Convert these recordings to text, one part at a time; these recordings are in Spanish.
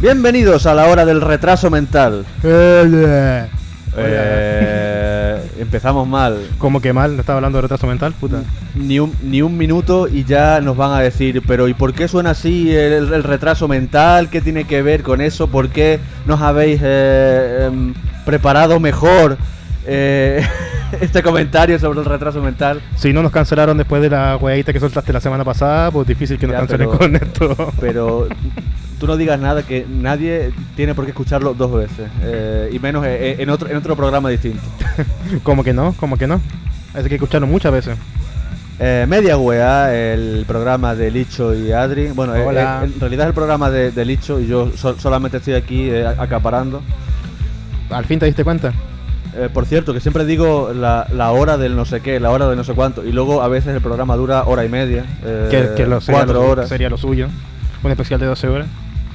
Bienvenidos a la hora del retraso mental. Eh, Eh, empezamos mal. Como que mal, no estaba hablando de retraso mental, puta. Ni un, ni un minuto y ya nos van a decir, pero ¿y por qué suena así el, el retraso mental? ¿Qué tiene que ver con eso? ¿Por qué nos habéis eh, em, preparado mejor eh, este comentario sobre el retraso mental? Si no nos cancelaron después de la huevita que soltaste la semana pasada, pues difícil que nos Ya, cancelen pero- con esto. Pero tú no digas nada que nadie tiene por qué escucharlo dos veces, eh, y menos eh, eh, en otro, en otro programa distinto. como que no, como que no. Hay que escucharlo muchas veces. Eh, Media Wea, el programa de Licho y Adri. Bueno, eh, Hola. eh, en realidad es el programa de, de Licho y yo sol- solamente estoy aquí eh, acaparando. Al fin te diste cuenta. Eh, por cierto, que siempre digo la, la hora del no sé qué, la hora del no sé cuánto, y luego a veces el programa dura hora y media, eh, que que lo, sería, cuatro lo, horas. sería lo suyo. Un especial de 12 horas.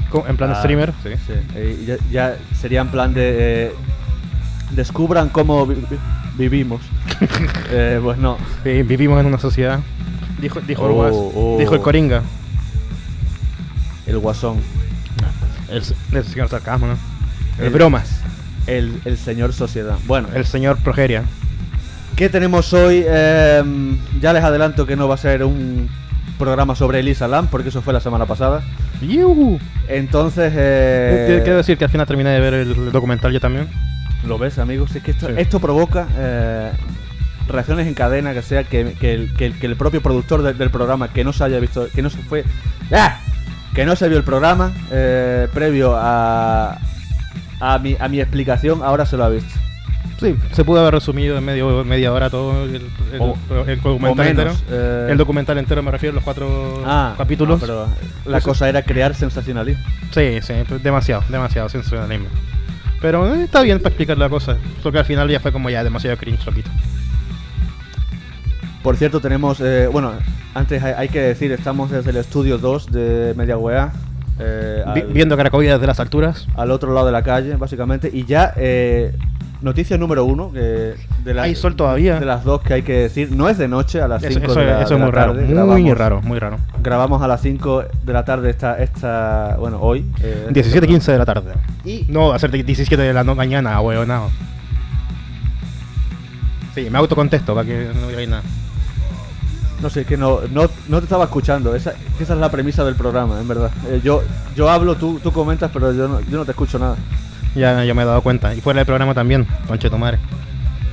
Co- En plan Ah, streamer. sí, eh, y ya, ya sería en plan de. eh, descubran cómo vi- vi- vivimos. Eh, pues no. Vi- Vivimos en una sociedad. Dijo, dijo, el, Oh, Guas, oh. dijo el Coringa. El guasón. El, se- el señor Sarcasmo, ¿no? El El- Bromas. El, el señor sociedad. Bueno, El señor Progeria. ¿Qué tenemos hoy? Em, ya les adelanto que no va a ser un programa sobre Elisa Lam, porque eso fue la semana pasada. ¡Yuhu! Entonces, Quiero- eh, Quiero decir que al final terminé de ver el documental yo también. ¿lo ves, amigos? Es que esto, Sí. esto provoca eh, reacciones en cadena, que sea que, que el, que el- que el propio productor de- del programa que no se haya visto, que no se fue, ¡Ah! que no se vio el programa eh, previo a a mi, a mi explicación, ahora se lo ha visto. Sí, se pudo haber resumido en medio, media hora todo el, el- O- el documental o menos, entero. eh, El documental entero me refiero a los cuatro Ah, capítulos. no, pero la Eso- cosa era crear sensacionalismo. Sí, sí, pues, demasiado, demasiado sensacionalismo. Pero eh, está bien para explicar la cosa. Solo que al final ya fue como ya demasiado cringe, loquito. Por cierto, tenemos. eh, bueno, antes hay, hay que decir, estamos desde el estudio 2 de Media UEA. eh, Vi- al, Viendo Cracovia desde las alturas. al otro lado de la calle, básicamente. Y ya, eh, noticia número uno. que de las, Hay sol todavía. De las dos que hay que decir. No es de noche, a las Eso, 5 eso de es- la, eso de es la muy raro, tarde. muy Grabamos- raro, muy raro. Grabamos a las 5 de la tarde esta. esta bueno, hoy. eh, 17.15 de la tarde. Y No, hacer 17 de la no- mañana, huevonao. Sí, me autocontesto para que no digáis nada. No sé, que no, no, no te estaba escuchando. Esa, esa es la premisa del programa, en verdad. Eh, yo, yo hablo, tú, tú comentas, pero yo no, yo no te escucho nada. Ya, ya me he dado cuenta. Y fuera del programa también, conche tu madre.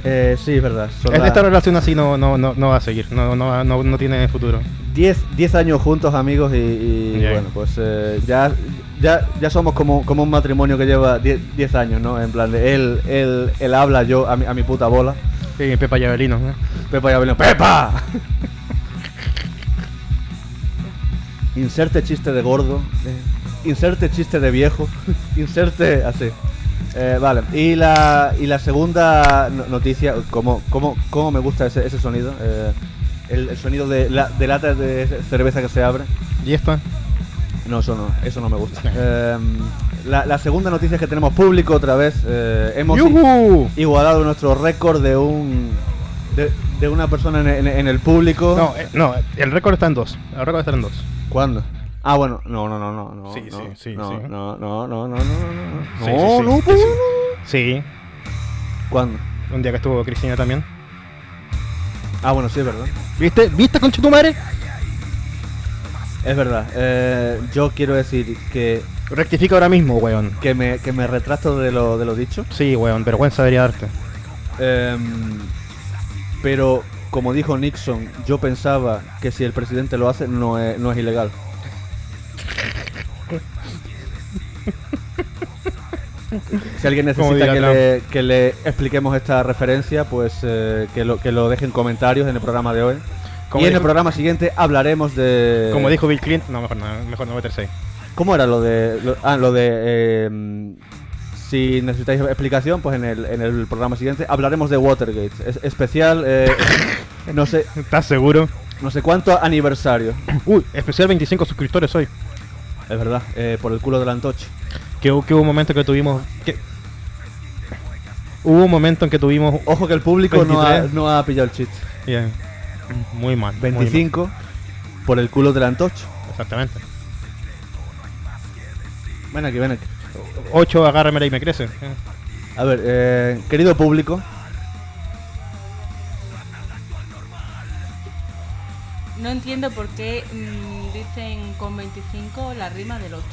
Eh, sí, es verdad. Son Es- las Esta relación así no, no, no, no va a seguir, no, no, va- no, no tiene futuro. 10 10 años juntos, amigos, y, y, Ya. bueno, pues eh, ya, ya, ya somos como, como un matrimonio que lleva 10 10 años, ¿no? En plan de él, él, él habla yo a mi, a mi puta bola. Sí, Pepa Yavelino. ¿no? Pepa ya venía, ¡Pepa! inserte chiste de gordo, eh, inserte chiste de viejo, inserte así. Eh, vale, y la, y la segunda no- noticia, como, como, como me gusta ese, ese sonido, eh, el, el sonido de, la, de lata de cerveza que se abre. ¿Y esta? No, eso no, eso no me gusta. Eh, la, la segunda noticia es que tenemos público otra vez. eh, hemos, ¡Yujú! igualado nuestro récord de un de, de una persona en, en- en el público. No, eh, no, el récord está en dos. El récord está en dos. ¿Cuándo? Ah, bueno, no, no, no, no, no. Sí, no, sí, sí, no, sí. No, no, no, no, no, no, no. no, Sí, sí, sí, no, sí, pues, sí. no. Sí, ¿Cuándo? un día que estuvo Cristina también. Ah, bueno, sí, es verdad. ¿Viste? ¿Viste, conche tu madre? Es verdad. Eh, yo quiero decir que, Rectifica ahora mismo, weón. que, me, que me retrato de lo, de lo dicho. Sí, weón, vergüenza debería darte. Em, pero, como dijo Nixon, yo pensaba que si el presidente lo hace, no es, no es ilegal. Si alguien Como necesita que diría le, que le expliquemos esta referencia, pues eh, que, lo, que lo deje en comentarios en el programa de hoy. Y Como en el dijo- programa siguiente hablaremos de... Como dijo Bill Clinton, no, mejor no, mejor no meterse ahí. ¿Cómo era lo de...? lo- ah, lo de... em, si necesitáis explicación, pues en el, en el programa siguiente hablaremos de Watergate. Es- especial... eh, no sé ¿Estás seguro? no sé cuánto aniversario. Uy, especial 25 suscriptores hoy. Es verdad, eh, por el culo del antoche. Que, hu- que hubo un momento que tuvimos... Que... Hubo un momento en que tuvimos... Ojo que el público no ha, 23. no ha pillado el chiste. Bien. Muy mal. muy mal. 25 por el culo del antoche. Exactamente. Ven aquí, ven aquí. 8, agárramela y me crece. Eh, A ver, eh, querido público, No entiendo por qué mm, dicen con 25 la rima del 8.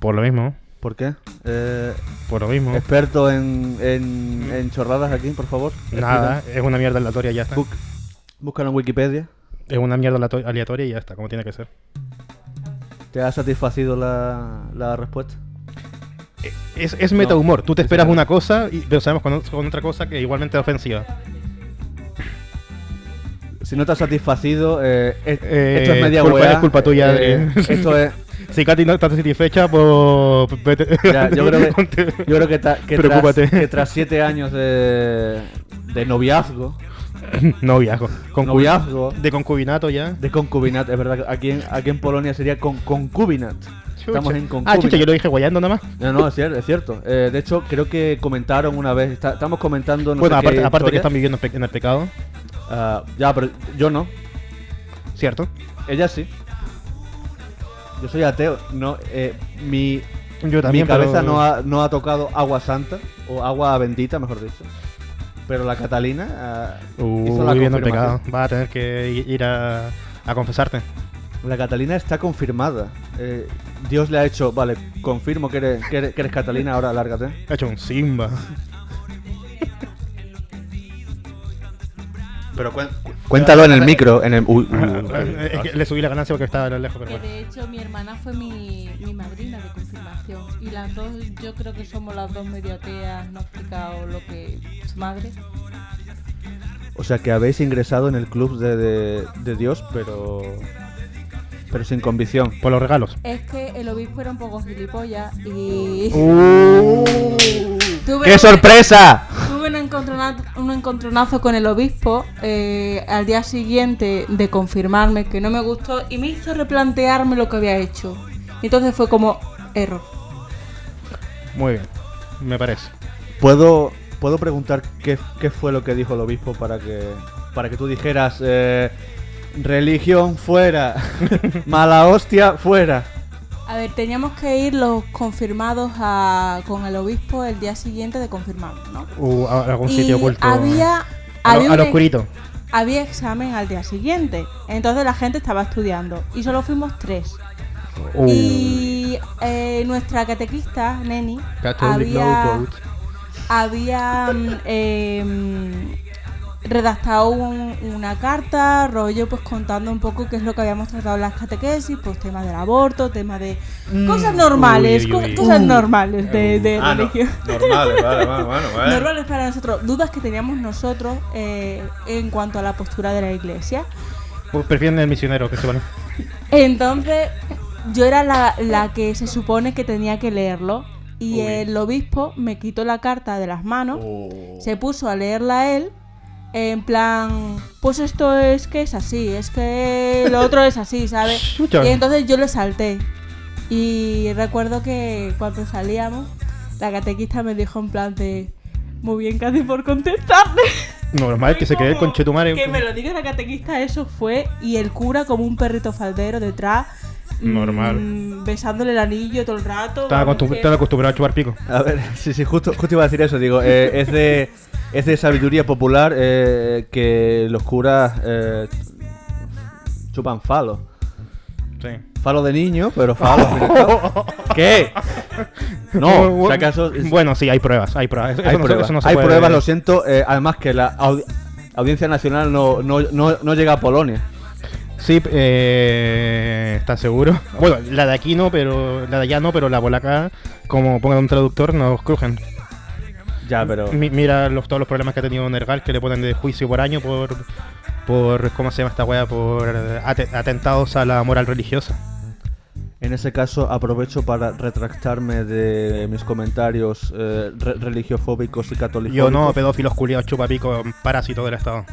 Por lo mismo, ¿por qué? Eh, por lo mismo. Experto en, en, en chorradas aquí, por favor. Nada, es una mierda aleatoria y ya está. Explica. Bú- Búscalo en Wikipedia. Es una mierda aleato- aleatoria y ya está, como tiene que ser. ¿Te ha satisfacido la, la respuesta? Es, Eh, es metahumor. Tú te No, esperas esa- una cosa, y, pero sabemos con, ot- con otra cosa que igualmente es ofensiva. Si no te ha satisfacido, eh, es- Eh, esto es media culpa- weá, es culpa tuya, eh, Adri. Esto es. Si Katy no está satisfecha, pues. vete- ya, yo creo que, ponte- yo creo que, ta- que tras, Preocúpate. que tras siete años de, de noviazgo, No viajo. Concu- noviazgo, De concubinato ya. de concubinato, es verdad, que aquí en, aquí en Polonia sería con concubinat. Estamos Chucha. en Ah, chucha, yo concubinat. lo dije guayando nada más. No, no, es cierto. Es cierto. Eh, de hecho, creo que comentaron una vez, está- estamos comentando. No bueno, sé qué aparte, aparte que historia. están viviendo en pe- en el pecado, Ah, ya, pero yo no. ¿cierto? Ella sí. Yo soy ateo. No, eh, mi, Yo mi cabeza pero- no, ha, no ha tocado agua santa o agua bendita, mejor dicho. Pero la Catalina ah, hizo Uh, la viviendo en pecado. confirmación. Vas a tener que i- ir a, a confesarte. La Catalina está confirmada. Eh, Dios le ha hecho, vale, confirmo que eres, que eres, que eres Catalina, ahora lárgate. Ha hecho un Simba. Pero cuéntalo en el micro, en el... Es que Le subí la ganancia porque estaba lejos, pero Que bueno. de hecho mi hermana fue mi, mi madrina de confirmación. Y las dos, yo creo que somos las dos medio ateas, no ha explicado lo que su madre. O sea que habéis ingresado en el club de, de- de Dios, pero... Pero sin convicción. Por los regalos. Es que el obispo era un poco gilipollas y. Tuve ¡Qué un- sorpresa! Tuve un encontronazo, un encontronazo con el obispo eh, al día siguiente de confirmarme que no me gustó y me hizo replantearme lo que había hecho. Y entonces fue como error. Muy bien. Me parece. ¿Puedo, puedo preguntar qué, qué fue lo que dijo el obispo para que, para que tú dijeras eh, religión fuera, mala hostia fuera? A ver, teníamos que ir los confirmados a- con el obispo el día siguiente de confirmarnos, ¿no? Uh, a a algún y sitio oculto. había, A lo- había al un- oscurito. había examen al día siguiente. Entonces la gente estaba estudiando y solo fuimos tres. Uh. Y eh, nuestra catequista, Neni, Catholic había, Law Boat. había mm, em, redactado un- una carta, rollo, pues contando un poco qué es lo que habíamos tratado en las catequesis, pues tema del aborto, tema de cosas Mm. normales, Uy, co- uy, Uh. uy. cosas normales de, de Ah, no. religión. Normal, vale, vale, bueno, Normales para nosotros, dudas que teníamos nosotros eh, en cuanto a la postura de la iglesia. Pues Prefieren el misionero que se van. Entonces, yo era la, la que se supone que tenía que leerlo. Y el obispo me quitó la carta de las manos, se puso a leerla él, en plan, pues esto es que es así, es que lo otro es así, ¿sabes? Chucha. Y entonces yo le salté. Y recuerdo que cuando salíamos, la catequista me dijo en plan de, muy bien, Cati, por contestarme. Normal que se quede el conchetumare. Que me lo diga la catequista, eso fue. Y el cura como un perrito faldero detrás. mm, Normal. besándole el anillo todo el rato. Estaba vamos, acostum- que- estaba acostumbrado a chupar pico. A ver, sí, sí, justo, justo iba a decir eso, digo, eh, es, de, es de sabiduría popular eh, que los curas eh, chupan falos. Sí. Falo de niño, pero falo. al fin y al cabo. ¿Qué? No, Bu- si acaso... Bueno, sí, hay pruebas, hay pruebas. Eso hay no se- pruebas, eso no se hay puede- pruebas, lo siento. eh, además que la audi- audiencia nacional no, no, no, no llega a Polonia. Sí, eh, ¿estás seguro? Bueno, la de aquí no, pero la de allá no, pero la polaca, como pongan un traductor, nos crujen. Ya, pero... Mi- mira los, todos los problemas que ha tenido Nergal, que le ponen de juicio por año por, por ¿cómo se llama esta wea? Por eh, ate- atentados a la moral religiosa. En ese caso aprovecho para retractarme de mis comentarios eh, re- religiofóbicos y católicos. Yo no, pedófilos culiados chupapico, parásitos del Estado.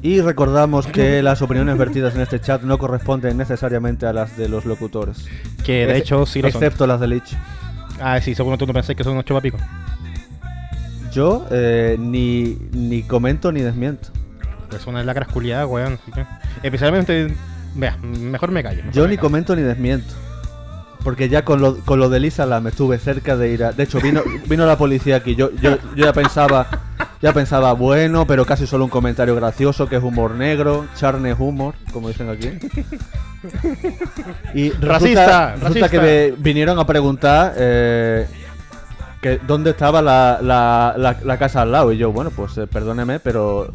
Y recordamos que las opiniones vertidas en este chat no corresponden necesariamente a las de los locutores. Que Eh, de Ex- hecho sí lo son. Excepto las de Lich. Ah, sí, según tú no pensás que son unos chupapicos. Yo eh, ni, ni comento ni desmiento. Es una lacras culiadas, weón. así que- Especialmente, vea, mejor me callo. mejor Yo me ni callo. comento ni desmiento. Porque ya con lo, con lo de Lisa la me estuve cerca de ir a... De hecho, vino, vino la policía aquí. Yo, yo, yo ya pensaba, ya pensaba, bueno, pero casi solo un comentario gracioso, que es humor negro, charne humor, como dicen aquí. Y resulta, Racista, resulta que racista. me vinieron a preguntar eh, que dónde estaba la, la- la- la casa al lado. Y yo, bueno, pues eh, perdóneme, pero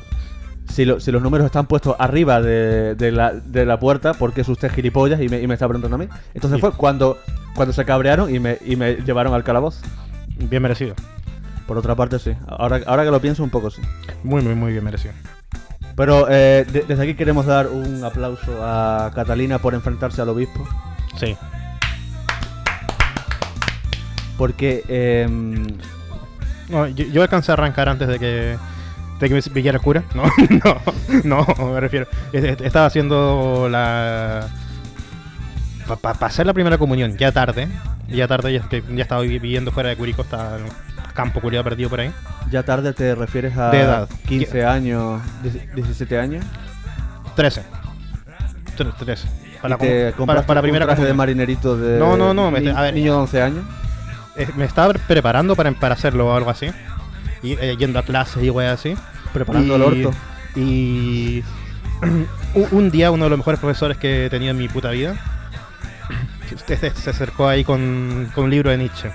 si, lo- si los números están puestos arriba de, de la, de la puerta, ¿por qué es usted gilipollas y me, y me está preguntando a mí? Entonces fue cuando, cuando se cabrearon y me, y me llevaron al calabozo. Bien merecido. Por otra parte, sí. Ahora, ahora que lo pienso un poco, sí. Muy, muy, muy bien merecido. Pero eh, de- desde aquí queremos dar un aplauso a Catalina por enfrentarse al obispo. Sí. Porque... em, No, yo, yo alcancé a arrancar antes de que, de que me pillara el cura. No, no, no, me refiero. Es- es- Estaba haciendo la. Para hacer la primera comunión, ya tarde. Ya tarde, ya, que ya estaba vi- viviendo fuera de Curicó, estaba en un campo culiado perdido por ahí. Ya tarde te refieres a De edad. 15 años, 10 17 años. 13. Tre- 13. Para, y la comu- te para- compraste para un la primera traje de comunión. marinerito de No, no, no, me- ni- a ver. niño de 11 años. Eh, me estaba preparando para, para hacerlo o algo así. Y, eh, yendo a clases y weas así. Preparando Y- el orto. Y un, un día uno de los mejores profesores que he tenido en mi puta vida se, se- se acercó ahí con, con un libro de Nietzsche.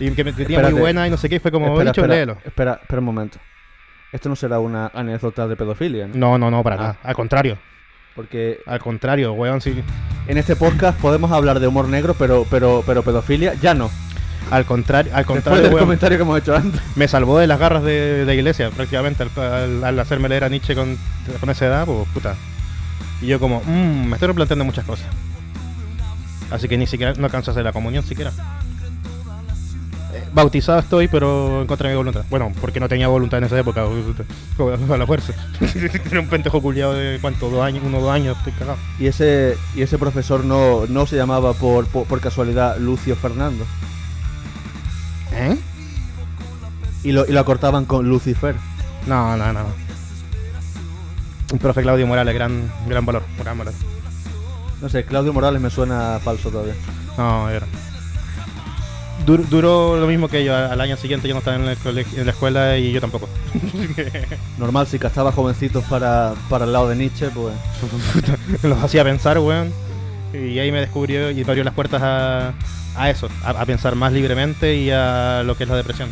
Y que me tenía Espérate. muy buena y no sé qué, y fue como, espera, Nietzsche, espera, léelo. espera, espera un momento. Esto no será una anécdota de pedofilia, ¿no? No, no, no, para Ah. nada. Al contrario. Porque Al contrario, weón, sí. en este podcast podemos hablar de humor negro, pero pero pero pedofilia ya no. Al contrario, al Después contrario, del weón. comentario que hemos hecho antes. Me salvó de las garras de, de iglesia, prácticamente, al, al- al hacerme leer a Nietzsche con, con esa edad, pues puta. Y yo como, mmm, me estoy replanteando muchas cosas. Así que ni siquiera, no alcanzo a hacer la comunión siquiera. Eh, Bautizado estoy, pero en contra de mi voluntad. Bueno, porque no tenía voluntad en esa época, a la fuerza. Era un pentejo culiado de cuánto, dos años, uno o dos años, estoy cagado. Y ese y ese profesor no no se llamaba por por, por casualidad Lucio Fernando ¿Eh? y lo y lo acortaban con Lucifer. No, no, no. Un profe Claudio Morales, gran, gran valor, gran valor. No sé, Claudio Morales me suena falso todavía. No, era. Dur- duró lo mismo que yo. Al año siguiente yo no estaba en, el coleg- en la escuela y yo tampoco. Normal, si castaba jovencitos para, para el lado de Nietzsche, pues. Los hacía pensar, weón. Y ahí me descubrió y me abrió las puertas a, a eso, a, a pensar más libremente y a lo que es la depresión.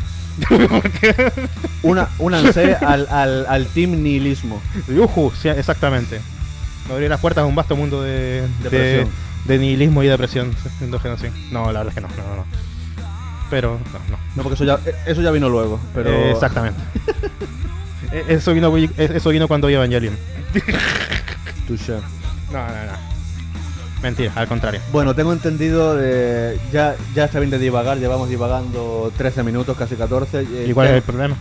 Una, únanse al, al, al team nihilismo. Y, ujú, sí, exactamente. Me abrió las puertas a un vasto mundo de, de, Depresión. de nihilismo y depresión endógena, sí. No, la verdad es que no, no, no. Pero, no, no. No, porque eso ya, eh, eso ya vino luego. Pero. Eh, exactamente. E- eso, vino, eh, eso vino cuando vi Evangelion. Touché. No, no, no. Mentira, al contrario. Bueno, tengo entendido de. Ya, ya está bien de divagar, llevamos divagando 13 minutos, casi 14. eh, ¿Y cuál es eh, el problema?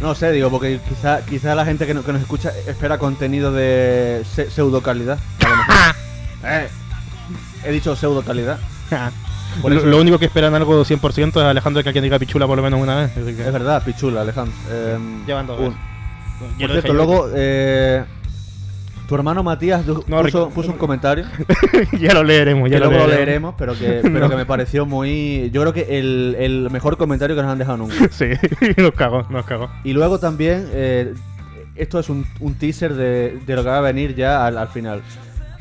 No sé, digo, porque quizá, quizá la gente que, no- que nos escucha espera contenido de se- pseudo calidad. a lo mejor. Eh, he dicho pseudo calidad. por Ah. lo, eso- lo único que esperan algo 100% es Alejandro que alguien diga pichula por lo menos una vez. así que- Es verdad, pichula, Alejandro. Em, Ya van dos un- veces. Yo Por lo dije cierto, yo. luego eh, tu hermano Matías du- No, puso, Ric- puso un comentario ya lo leeremos, que ya lo luego lo leeremos. leeremos, pero que, pero No. que me pareció muy. Yo creo que el, el mejor comentario que nos han dejado nunca. Sí, nos cagó, nos cagó. Y luego también, eh, esto es un, un teaser de, de lo que va a venir ya al, al final.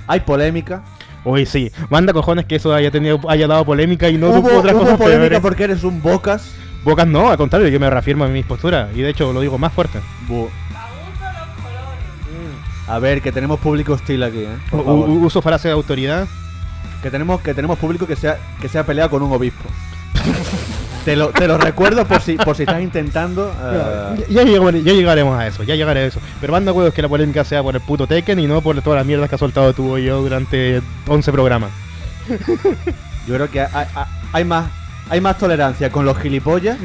Hay polémica. Uy, sí. Manda cojones que eso haya tenido haya dado polémica y no hubo supo otras hubo cosas polémica peores. porque eres un bocas. Bocas no, al contrario, yo me reafirmo en mis posturas y de hecho lo digo más fuerte. Bu- A ver, que tenemos público hostil aquí, ¿eh? Por U- favor. u- uso frase de autoridad. Que tenemos, que tenemos público que se ha, que se ha peleado con un obispo. te, lo, te lo recuerdo por si, por si estás intentando. eh, Ya, llegare- ya llegaremos a eso, ya llegaré a eso. Pero manda huevos que la polémica sea por el puto Tekken y no por todas las mierdas que ha soltado tú y yo durante 11 programas. yo creo que hay, hay- hay más hay más tolerancia con los gilipollas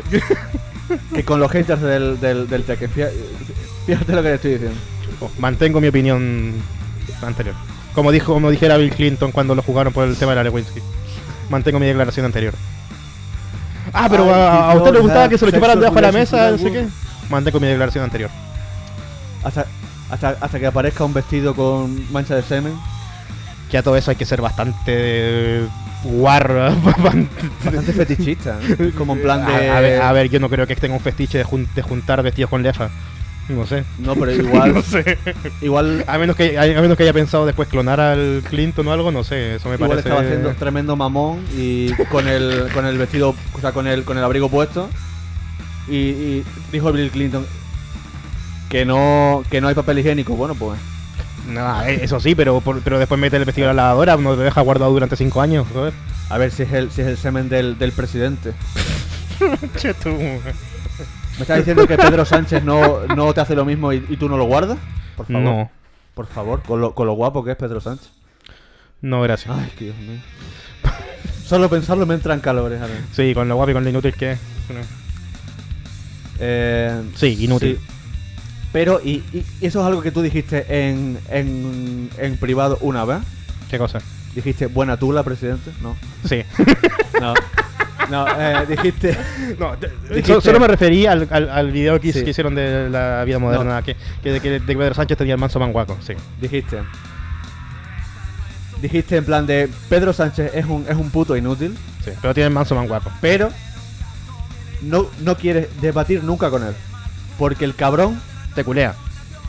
que con los haters del, del, del Tekken. Fía- Fíjate lo que te estoy diciendo. Oh, mantengo mi opinión anterior. Como dijo, como dijera Bill Clinton cuando lo jugaron por el tema de la Lewinsky. Mantengo mi declaración anterior. Ah, pero I a, a did usted le not gustaba have que se lo chuparan sexual debajo de la relations mesa, no with sé a qué. woman. Mantengo mi declaración anterior. Hasta, hasta, hasta que aparezca un vestido con mancha de semen. que a todo eso hay que ser bastante guarra. Bastante fetichista, ¿no? Como en plan de. ¿eh? A, a ver, a ver, yo no creo que tenga un fetiche de, jun- de juntar vestidos con lefa. No sé. No, pero igual. No sé. Igual, A menos, que, a, a menos que haya pensado después clonar al Clinton o algo, no sé. Eso me igual parece. estaba haciendo tremendo mamón y con el, con el vestido, o sea, con el, con el abrigo puesto. Y, y dijo Bill Clinton que no, que no hay papel higiénico. Bueno, pues. No, eh, eso sí, pero, por- pero después mete el vestido a la lavadora, uno te deja guardado durante 5 años. Joder. A ver si es el, si es el semen del, del presidente. Che, tú. ¿Me estás diciendo que Pedro Sánchez no, no te hace lo mismo y, y tú no lo guardas? Por favor. No, Por favor, con lo, con lo guapo que es Pedro Sánchez. no, gracias. Ay, Dios mío. Solo pensarlo me entran calores. ahora mismo. Sí, con lo guapo y con lo inútil que es. Eh, Sí, inútil. sí. Pero, y, y- y eso es algo que tú dijiste en, en, en privado una vez. ¿Qué cosa? Dijiste, buena tula, presidente. No. Sí. No. No, eh, dijiste. No, te- so- Dijiste- solo me referí al, al, al video que, Sí. que hicieron de la vida moderna, que, que, de- que de Pedro Sánchez tenía el manso manguaco, sí. Dijiste. Dijiste en plan de Pedro Sánchez es un, es un puto inútil, sí. Pero tiene el manso manguaco. pero no, no quieres debatir nunca con él. Porque el cabrón Te culea.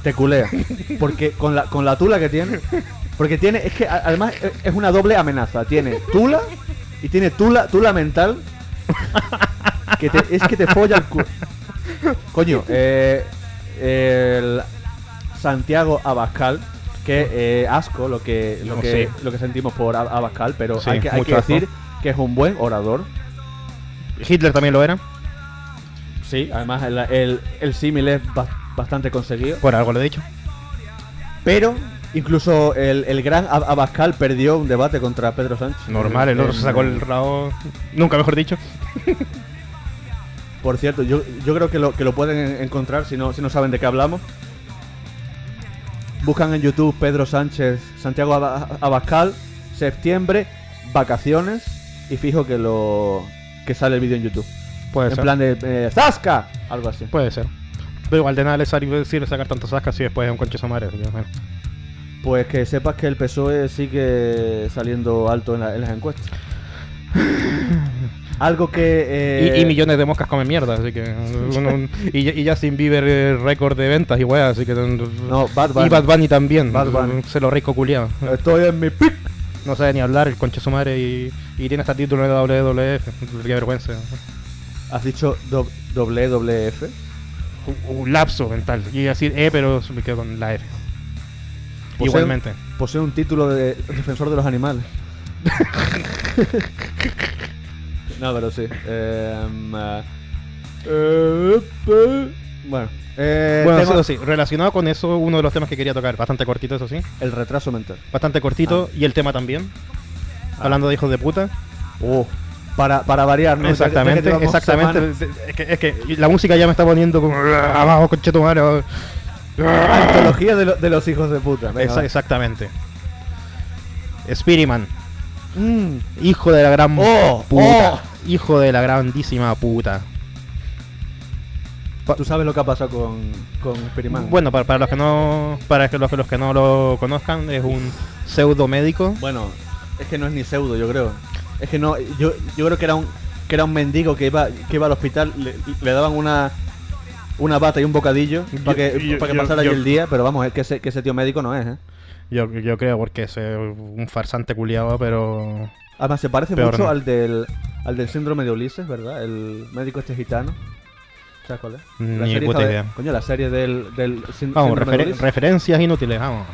te culea. Porque con la, con la tula que tiene. Porque tiene, es que a- además e- es una doble amenaza. Tiene tula y tiene tula, tula mental. Que te- es que te folla el cu- Coño, eh, el Santiago Abascal. Que eh, asco lo que, lo, No que, sé. lo que sentimos por Ab- Abascal, pero Sí, hay que, hay mucho que decir asco. que es un buen orador. Hitler también lo era, Sí, además el, el, el símil es ba- bastante conseguido. por algo lo he dicho. Pero incluso el, el gran Ab- Abascal perdió un debate contra Pedro Sánchez. Normal, el otro se sacó el rabo. Nunca mejor dicho. Por cierto, yo, yo creo que lo, que lo pueden encontrar si no, si no saben de qué hablamos. Buscan en YouTube Pedro Sánchez, Santiago Ab- Abascal, septiembre, vacaciones y fijo que lo que sale el vídeo en YouTube. Puede en ser. Pues- plan de eh, ¡Zasca! Algo así. Puede ser. Pero igual de nada le sirve sirve sacar tantas ascas y después es un conche su madre. yo, bueno. Pues que sepas que el PSOE E sigue saliendo alto en, la- en las encuestas. Algo que... Y, y eh, millones de moscas comen mierda, así que. uno- y, ya- y ya sin Bieber eh, récord de ventas y weá, así que. eh, No, Bad Y Bunny. Bad Bunny también. Bad Bunny. Eh. Se lo rico culiado. Estoy en mi pic. No sabe ni hablar el conche su madre y, y tiene hasta título de WWF. Qué vergüenza. Has dicho do- doble E, doble F. Un, un lapso mental. Y iba a decir E, pero me quedo con la F. Posee- Igualmente. Posee un título de defensor de los animales. no, pero sí. Eh, mm, eh, eh, pe- bueno, eh, Bueno, tengo eso sí, relacionado con eso, uno de los temas que quería tocar, bastante cortito, eso sí. el retraso mental. Bastante cortito, Ah. y el tema también. Hablando de hijos de puta. Oh, para, para variar, Ah. ¿no? Ya que- ya que exactamente, llevamos exactamente. semanas- Es que, es que la música ya me está poniendo como. "Ah, Vamos, conche tu madre, vamos". Antología de, lo- de los hijos de puta. venga, Esa- va. exactamente. Spiderman, Mm, hijo de la gran Oh, puta. Hijo de la grandísima puta. Tú sabes lo que ha pasado con, con Spiderman. Bueno, para, para los que no. Para que los, los que no lo conozcan, es un pseudo médico. Bueno, es que no es ni pseudo, yo creo. Es que no, yo, yo creo que era un que era un mendigo que iba que iba al hospital, le, le daban una una bata y un bocadillo Yo- para que, yo- pa' que yo- pasara yo- allí el día, pero vamos, es que ese, que ese tío médico no es, ¿eh? Yo, yo creo porque es eh, un farsante culiado, pero. Además se parece Peor, mucho ¿no? al del al del síndrome de Ulises, ¿verdad? El médico este gitano. ¿Sabes cuál es? Ni La serie puta esta de- idea. Coño, la serie del, del sínd- Vamos, síndrome de referen- Ulises. referencias inútiles, vamos.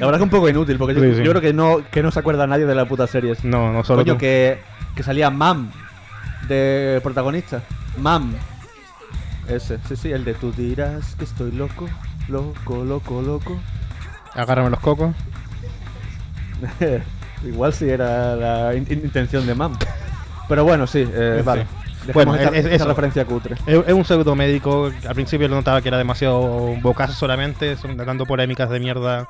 La verdad es que un poco inútil, porque yo, Sí, sí. yo creo que no, que no se acuerda nadie de la puta serie. esa. No, no solo. Coño, tú. que, que salía Mam de protagonista. Mam. Ese, sí, sí, el de tú dirás que estoy loco, loco, loco, loco. Agárrame los cocos. Igual si era la in- in- intención de Mam. Pero bueno, sí, eh, Sí. vale. Bueno, Dejamos esta, es- es- esta eso. referencia cutre. Es, es un pseudo médico. Al principio lo notaba que era demasiado bocazo solamente, son- dando polémicas de mierda.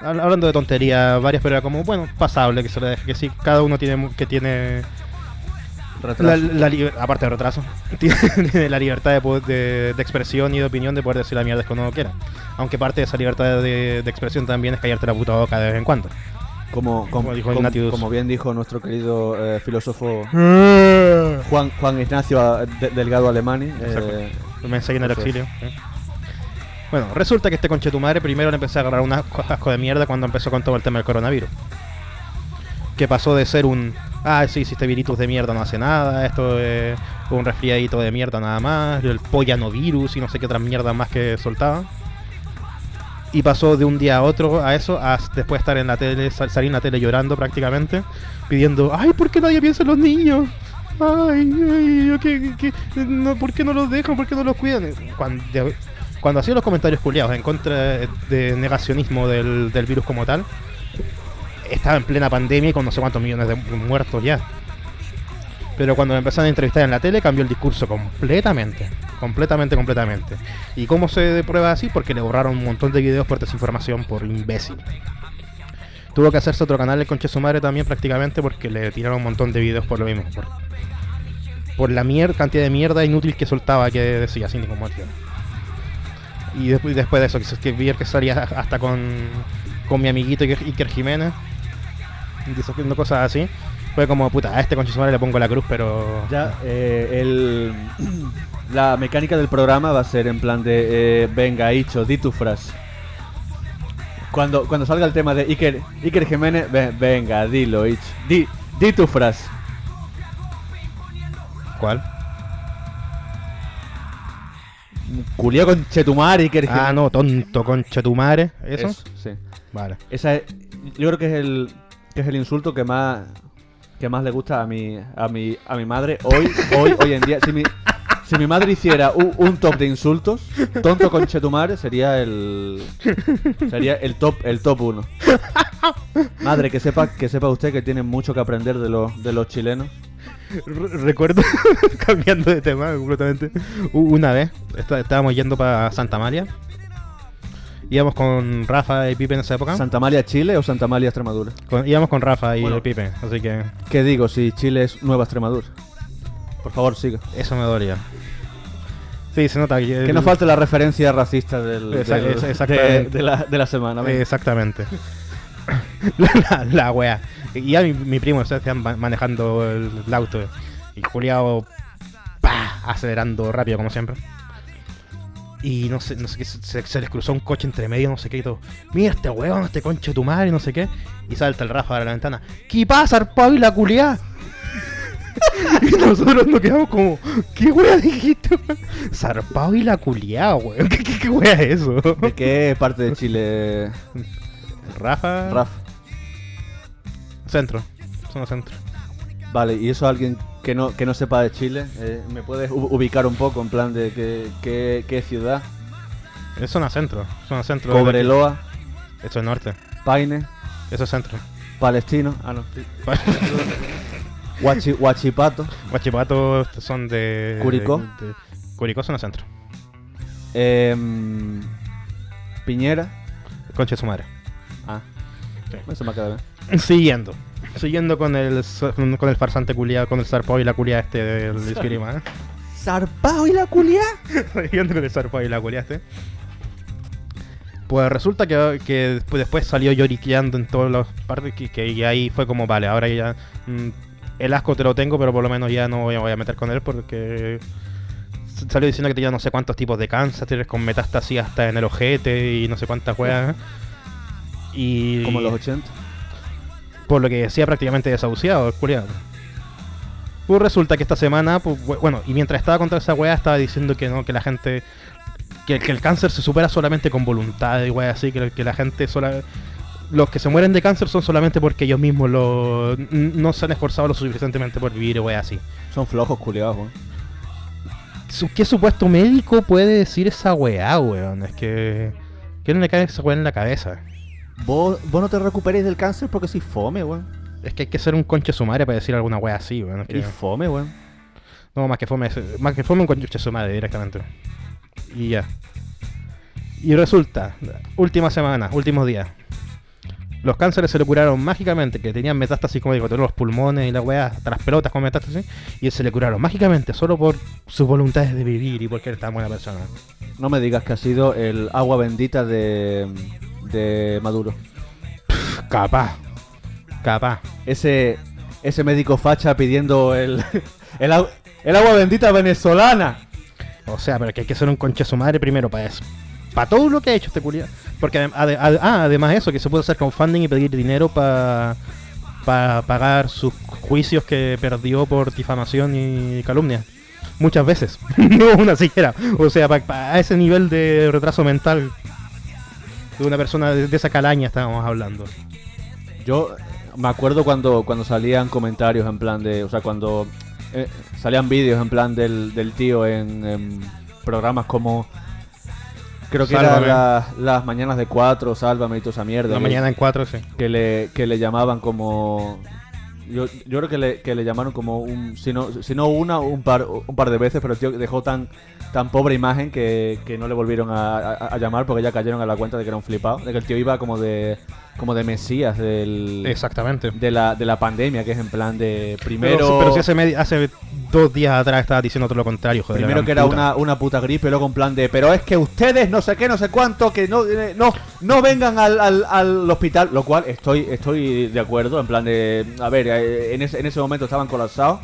hab- Hablando de tonterías varias, pero era como, bueno, pasable que se le deje. Que sí, cada uno tiene mu- que tiene La, Retraso. la liber- aparte de retraso, tiene la libertad de, po- de- de expresión y de opinión de poder decir la mierda que uno quiera. Aunque parte de esa libertad de, de expresión también es callarte la puta boca de vez en cuando. Como, como- Como dijo como- Ignatius. como bien dijo nuestro querido eh, filósofo Juan, Juan Ignacio eh, de- Delgado Alemani. eh, Exacto. Me enseñan el Eso es. auxilio. ¿eh? Bueno, resulta que este conche tu madre primero le empecé a agarrar un asco, asco de mierda cuando empezó con todo el tema del coronavirus. Que pasó de ser un. Ah, sí, si este virus de mierda no hace nada, esto es un resfriadito de mierda nada más, el pollanovirus y no sé qué otra mierda más que soltaba. Y pasó de un día a otro a eso, a s- después estar en la tele, sal- salir en la tele llorando prácticamente, pidiendo, ay, ¿por qué nadie piensa en los niños? Ay, ay, yo que, que- no, ¿por qué no los dejan? ¿Por qué no los cuidan? Cuando, cuando hacía los comentarios culiados en contra de negacionismo del, del virus como tal, estaba en plena pandemia y con no sé cuántos millones de mu- muertos ya. Pero cuando me empezaron a entrevistar en la tele cambió el discurso completamente. Completamente, completamente. ¿Y cómo se prueba así? Porque le borraron un montón de videos por desinformación, por imbécil. Tuvo que hacerse otro canal el conche su madre también prácticamente porque le tiraron un montón de videos por lo mismo. Por, por la mier cantidad de mierda inútil que soltaba que decía sin ningún motivo. Y después, después de eso, que, se- que vi que salía hasta con, con mi amiguito Iker, Iker Jiménez. Y eso, haciendo cosas así. Fue como, puta, a este conche su madre le pongo la cruz, pero... Ya, eh, el, la mecánica del programa va a ser en plan de eh, venga, Icho, di tu frase. Cuando, cuando salga el tema de Iker, Iker Jiménez, ve- venga, dilo, Icho, di, di tu frase. ¿Cuál? Culiao con Chetumar, Iker Ah, Jiménez. no, tonto, concha tu madre. ¿Eso? sí. Vale. Esa es- yo creo que es el, que es el insulto que más, que más le gusta a mi, a mi, a mi madre hoy, hoy, hoy en día. Si mi, si mi madre hiciera un, un top de insultos, tonto con Chetumare sería el, sería el top, el top uno. Madre, que sepa, que sepa usted que tiene mucho que aprender de los, de los chilenos. Re- Recuerdo, cambiando de tema completamente, u- una vez está- estábamos yendo para Santa María. Íbamos con Rafa y Pipe en esa época. ¿Santa María Chile o Santa María Extremadura? Con- íbamos con Rafa y Bueno. el Pipe, así que ¿Qué digo si Chile es Nueva Extremadura? Por favor, siga. eso me dolía. Sí, se nota que... Que no falte la referencia racista del, Exact- del- ex- de- exactamente. de la, de la semana. venga. Eh, Exactamente. la, la, la wea. Y ya mi, mi primo se hacían ma- manejando el, el auto. Y Juliao pa, acelerando rápido como siempre. Y no sé, no sé qué, se, se les cruzó un coche entre medio, no sé qué, y todo. Mira este weón, este conche tu madre, no sé qué. Y salta el Rafa de la ventana. ¿Qué pasa, arpado y la culiá? y nosotros nos quedamos como, ¿qué wea dijiste, weón? Zarpado y la culiá, weón. ¿Qué, qué, qué wea es eso? ¿De qué parte de Chile, Rafa. Rafa? Centro. Zona centro. Vale, y eso alguien que no, que no sepa de Chile, eh, ¿me puedes u- ubicar un poco en plan de qué, qué, qué ciudad? Es zona centro. Zona centro. Cobreloa, Eso es norte. Paine, Eso es centro. Palestino, ah no, Huachi- Huachipato, Guachipato son de. Curicó. de- Curicó zona centro. em, Piñera, Conche su madre. ah, Sí. eso me ha quedado bien. Siguiendo. Siguiendo con el so- con el farsante culiado, con el zarpado y la culia este del esquirima, ¿eh? ¿Zarpao y la culia? Siguiendo con el zarpado y la culia este. Pues resulta que, que despu- después salió lloriqueando en todas las partes que, que- y ahí fue como, vale, ahora ya mm, el asco te lo tengo, pero por lo menos ya no voy a, voy a meter con él porque s- salió diciendo que tenía no sé cuántos tipos de cáncer, tienes con metástasis hasta en el ojete y no sé cuántas weas. ¿eh? Y Como en los 80. por lo que decía prácticamente desahuciado, el culiado. Pues resulta que esta semana, pues, bu- bueno, y mientras estaba contra esa weá, estaba diciendo que no, que la gente. Que, que el cáncer se supera solamente con voluntad y weá así, que, que la gente sola. Los que se mueren de cáncer son solamente porque ellos mismos lo, n- no se han esforzado lo suficientemente por vivir, weá así. Son flojos culiados, weón. Su- ¿Qué supuesto médico puede decir esa weá, weón? Es que. ¿Qué no le cae esa weá en la cabeza? ¿Vos, vos no te recuperéis del cáncer porque sois fome, weón. Es que hay que ser un conche sumario para decir alguna weá así, weón. es que- Eres fome, weón. No, más que fome, es- más que fome un conchuche su madre directamente. Y ya. Y resulta, última semana, últimos días. Los cánceres se le curaron mágicamente, que tenían metástasis, como digo, todos los pulmones y la weá, hasta las pelotas con metástasis, y se le curaron mágicamente, solo por sus voluntades de vivir y porque era tan buena persona. No me digas que ha sido el agua bendita de, de Maduro. Capaz. Capaz. Ese, ese médico facha pidiendo el, el, au- el agua bendita venezolana. O sea, pero que hay que ser un conche su madre primero para eso. Para todo lo que ha hecho este culiado. Porque adem- ade- ade- ah, además eso, que se puede hacer crowdfunding y pedir dinero para pagar sus juicios que perdió por difamación y calumnia. Muchas veces. no una siquiera. O sea, pa- pa- a ese nivel de retraso mental de una persona de, de esa calaña estábamos hablando. Yo me acuerdo cuando, cuando salían comentarios en plan de. O sea, cuando eh, salían vídeos en plan del, del tío en, en programas como. Creo que eran Sálvame. las mañanas de 4, sálvame y toda esa mierda. La que- mañana en cuatro, sí. Que le, que le llamaban como. Yo, yo creo que le, que le llamaron como un. Si no, si no una, un par, un par de veces, pero el tío dejó tan, tan pobre imagen que, que no le volvieron a, a- a llamar porque ya cayeron a la cuenta de que era un flipado. De que el tío iba como de. como de mesías del. Exactamente. De la, de la pandemia, que es en plan de primero. Pero, pero si hace, medi- hace dos días atrás estaba diciendo todo lo contrario, joder. la primero gran que era puta. una, una puta gripe, luego en plan de. Pero es que ustedes no sé qué, no sé cuánto, que no eh, no, no vengan al, al- al hospital. Lo cual estoy, estoy de acuerdo, en plan de. A ver, eh, en ese, en ese momento estaban colapsados.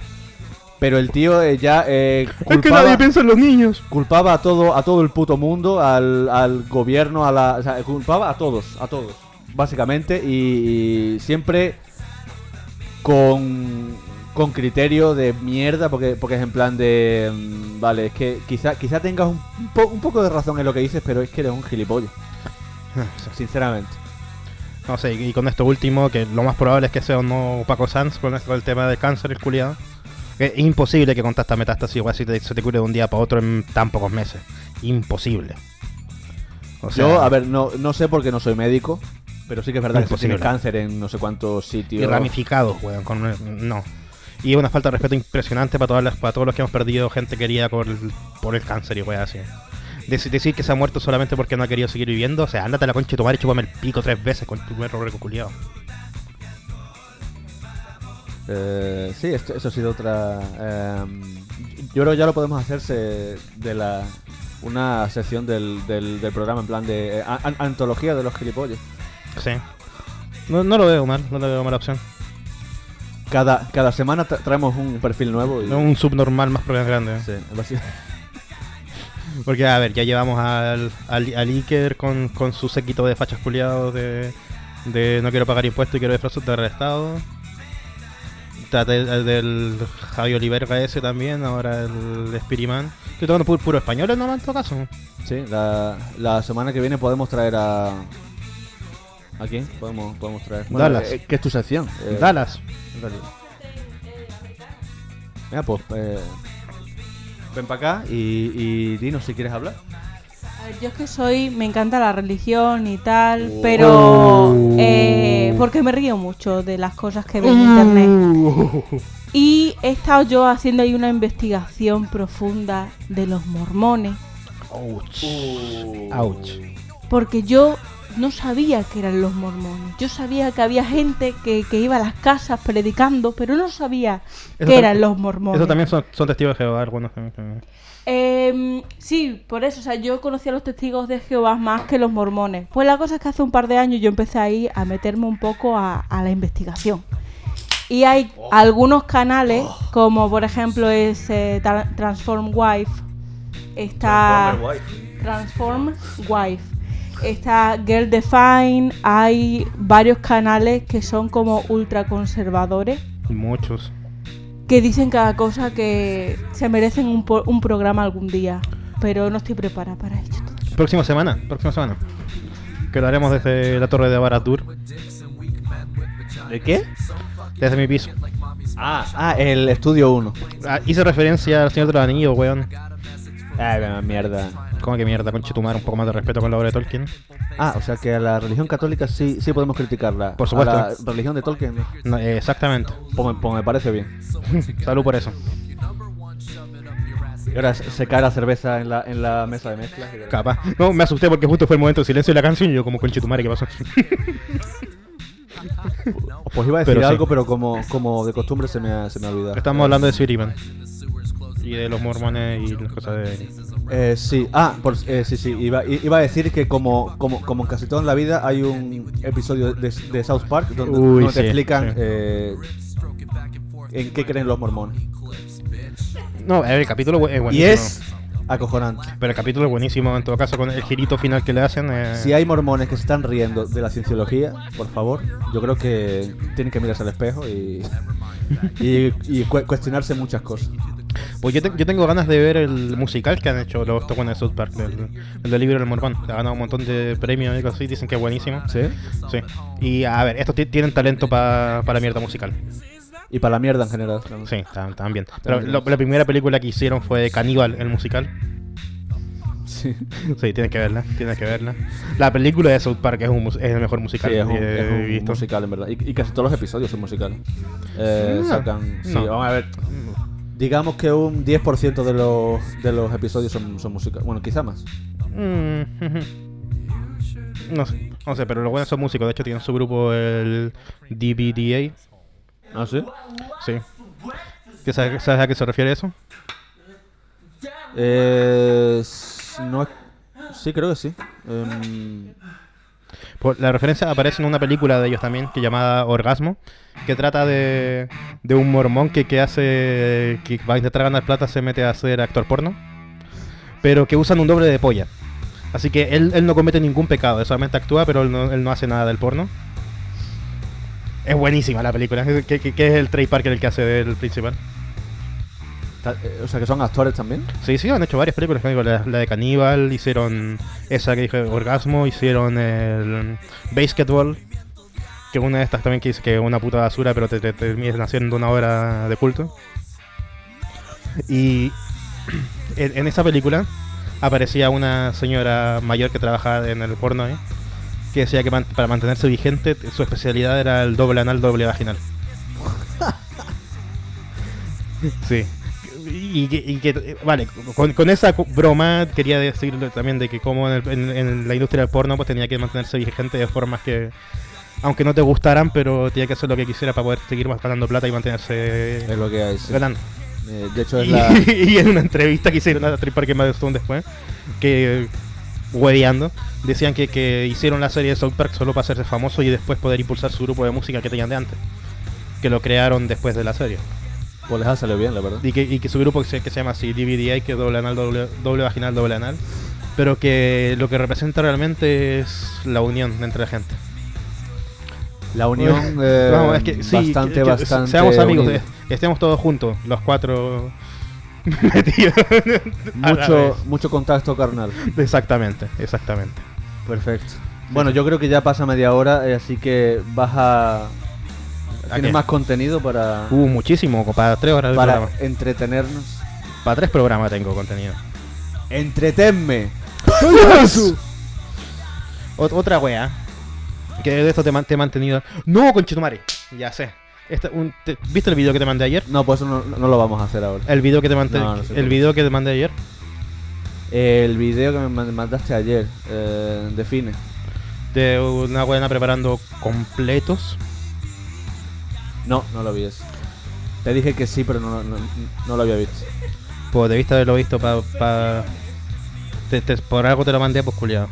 Pero el tío eh, ya. eh, Es que culpaba- nadie piensa en los niños. culpaba a todo a todo el puto mundo, al, al gobierno, a la, o sea, culpaba a todos, a todos, básicamente, y, y siempre con, con criterio de mierda, porque, porque es en plan de, mm, vale, es que quizá, quizá tengas un, un po- un poco de razón en lo que dices, pero es que eres un gilipollas, sinceramente. Ah, No sé, y con esto último, que lo más probable es que sea un nuevo Paco Sanz con esto del tema del cáncer, el culiado. Que Es imposible que con tanta metástasis igual si te- se te cure de un día para otro en tan pocos meses. Imposible. O Yo, a ver, no, no sé porque no soy médico, pero sí que es verdad que se Imposible. tiene cáncer en no sé cuántos y sitios. ramificados, weón. Con una- no. Y es una falta de respeto impresionante para, todas las, para todos los que hemos perdido gente querida por, el- por el cáncer y weón así. Deci- decir que se ha muerto solamente porque no ha querido seguir viviendo, o sea, ándate a la concha de tu madre y chúpame el pico tres veces con tu perro reculiado. Eh, sí, esto, eso ha sido otra. em, yo creo que ya lo podemos hacerse de la una sección del, del, del programa en plan de eh, a- an- antología de los gilipollas. Sí. No, no lo veo mal, no lo veo mala opción. Cada, cada semana tra- traemos un perfil nuevo. Y, No, un subnormal más problema grande. ¿eh? Sí, basi- Porque, a ver, ya llevamos al, al, al Iker con, con su séquito de fachas culiados de, de no quiero pagar impuestos y quiero disfrazarte del Estado. Está del, del Javi Oliverga ese también, ahora el Spiriman. Estoy tocando pu- puro español no en todo caso. sí, la, la semana que viene podemos traer a. ¿A quién? Podemos, podemos traer. Dallas. eh, ¿Qué es tu sección? Eh, Dallas. Mira, pues. eh, ven para acá y, y dinos si quieres hablar. A ver, yo es que soy, me encanta la religión y tal, Oh. pero eh, porque me río mucho de las cosas que veo en Mm. internet. Y he estado yo haciendo ahí una investigación profunda de los mormones, Ouch. Ouch. porque yo no sabía que eran los mormones. Yo sabía que había gente que, que iba a las casas predicando, pero no sabía Eso que tam- eran los mormones. Eso también son, son testigos de Jehová algunos también. también. Em, sí, por eso, o sea, yo conocí a los testigos de Jehová más que los mormones. Pues la cosa es que hace un par de años yo empecé ahí a meterme un poco a, a la investigación. Y hay Oh. algunos canales, como por ejemplo es eh, Tra- Transform Wife, está Transform Wife, está Girl Define, hay varios canales que son como ultraconservadores Muchos. que dicen cada cosa que se merecen un, po- un programa algún día, pero no estoy preparada para ello. Próxima semana, próxima semana. Que lo haremos desde la torre de Baratur, ¿De qué? desde mi piso. Ah, ah, el estudio 1. Ah, hice referencia al Señor de los Anillos, weón. Ay, la mierda. Como que Ah, mierda, conchetumar, un poco más de respeto con la obra de Tolkien. Ah, o sea que a la religión católica sí, sí podemos criticarla. Por supuesto. A la religión de Tolkien. ¿no? No, eh, exactamente. Pues me, pues me parece bien. Salud por eso. Y ahora se se cae la cerveza en la, en la mesa de mezcla. Capaz. No, me asusté porque justo fue el momento de silencio de la canción y yo como conchetumare, ¿qué pasó? Pues iba a decir Pero sí. algo, pero como, como de costumbre se me ha, se me ha olvidado. Estamos hablando de Siriman. Y de los mormones y las cosas de. Eh, sí, ah, por, eh, sí, sí, iba, i- iba a decir que como, como, como en casi todo en la vida hay un episodio de, de South Park donde, Uy, donde te sí, explican sí. eh, en qué creen los mormones. No, el capítulo bu- es Y buenísimo. es acojonante. Pero el capítulo es buenísimo, en todo caso, con el girito final que le hacen. eh, Si hay mormones que se están riendo de la cienciología, por favor, yo creo que tienen que mirarse al espejo y, y, y cue- cuestionarse muchas cosas. Pues yo, te- yo tengo ganas de ver el musical que han hecho los tocones de South Park, el, el del libro del mormón. Ha ganado un montón de premios y cosas así, dicen que es buenísimo. ¿Sí? Sí. Y a ver, estos ti- tienen talento pa- para mierda musical. Y para la mierda en general. Sí, tam- también. Pero lo- la primera película que hicieron fue Caníbal, el musical. Sí. Sí, tienes que verla, tienes que verla. La película de South Park es, un mus- es el mejor musical Sí, es un, que es he un visto. musical, en verdad. Y, y casi todos los episodios son musicales. Eh, No, sacan- sí, no. vamos a ver. Digamos que un 10% de los, de los episodios son, son musicales. Bueno, quizá más. Mm, ujú. No sé, no sé, pero los buenos son músicos. De hecho, tienen su grupo, el DBDA. ¿Ah, sí? Sí. ¿Qué sabes, sabes a qué se refiere eso? Eh, s- no es- Sí, creo que sí. Em, Por- Pues la referencia aparece en una película de ellos también, que llamada Orgasmo, que trata de, de un mormón que, que hace que va a intentar ganar plata, se mete a ser actor porno, pero que usan un doble de polla. Así que él, él no comete ningún pecado, él solamente actúa, pero él no, él no hace nada del porno. Es buenísima la película, que, que- que es el Trey Parker el que hace del principal. ta- eh, o sea, que son actores también. Sí, sí, han hecho varias películas. como digo, La, la de Caníbal, hicieron esa que dije, Orgasmo, hicieron el Basketball, que es una de estas también que dice que es una puta basura, pero te, te, terminan haciendo una obra de culto. Y en, en esa película aparecía una señora mayor que trabajaba en el porno, ¿eh? que decía que man- para mantenerse vigente su especialidad era el doble anal, doble vaginal. Sí. Y que, y que- eh, vale, con, con esa co- broma quería decirle también de que como en, el- en- en la industria del porno pues tenía que mantenerse vigente de formas que, aunque no te gustaran, pero tenía que hacer lo que quisiera para poder seguir ganando plata y mantenerse Es lo que hay. sí. ganando. Eh, de hecho, es Y, la. y en una entrevista que hicieron a Trip Parker Madison después, que hueveando, decían que, que hicieron la serie de South Park solo para hacerse famoso y después poder impulsar su grupo de música que tenían de antes, que lo crearon después de la serie. Pues les ha salido bien, la verdad. Y que, y que su grupo que se, que se llama así, DVDI, que es doble anal, doble, doble vaginal, doble anal. Pero que lo que representa realmente es la unión entre la gente. La unión. eh, Vamos, es que sí, bastante, que- que bastante. Seamos amigos, unida. eh, estemos todos juntos, los cuatro metidos. a la Mucho, mucho contacto carnal. vez. Exactamente, exactamente. Perfecto. Bueno, yo creo que ya pasa media hora, eh, así que vas a. Uh, ¿A Tienes qué? más contenido para, Hubo Uh, muchísimo, co- para tres horas de para programa. entretenernos. Para tres programas tengo contenido. ¡Entretenme! Ot- otra wea. Que de esto te, man- te he mantenido. ¡No, conchetumare! Ya sé. Esta- un- te- ¿Viste el video que te mandé ayer? No, pues eso no, no lo vamos a hacer ahora. El video que te mandé, No, no sé el por video que te mandé ayer. El video que me mand- mandaste ayer, eh, define. De una buena preparando completos. No, no lo vi eso. Te dije que sí, pero no, no, no lo había visto. Pues debiste haberlo visto para... por algo te lo mandé, pues culiado.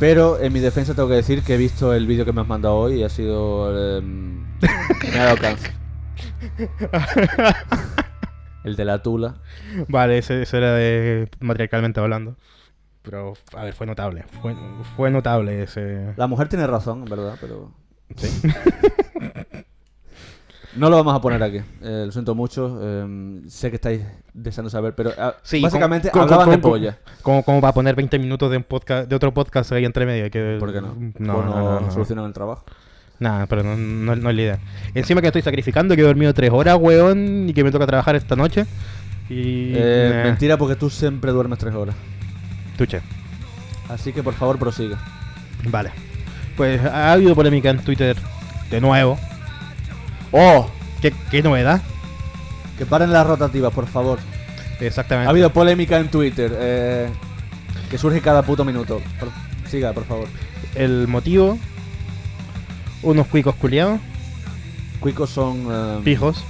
Pero en mi defensa tengo que decir que he visto el vídeo que me has mandado hoy y ha sido. eh, me ha dado cáncer. El de la tula. Vale, ese, ese era de matriarcalmente hablando. Pero, a ver, fue notable. Fue, fue notable ese... La mujer tiene razón, en verdad, pero. Sí. No lo vamos a poner aquí. Eh, lo siento mucho. eh, sé que estáis deseando saber, pero ah, básicamente con- con- hablaban con- de con- polla. Como, como para poner 20 minutos de, un podcast, de otro podcast ahí entre medio. Que, ¿Por qué no? No, Pues no, no, no. solucionan el trabajo. Nada, pero no, no, no es la idea. Encima que estoy sacrificando, que he dormido tres horas, weón, y que me toca trabajar esta noche. Y. Eh, nah, Mentira, porque tú siempre duermes tres horas. Tuche. Así que por favor prosiga. Vale. Pues ha habido polémica en Twitter de nuevo. ¡Oh! ¿Qué, qué novedad? Que paren las rotativas, por favor. Ha Exactamente. habido polémica en Twitter. eh, que surge cada puto minuto. Por- siga, por favor. El motivo unos cuicos culiados, Cuicos son. eh, pijos,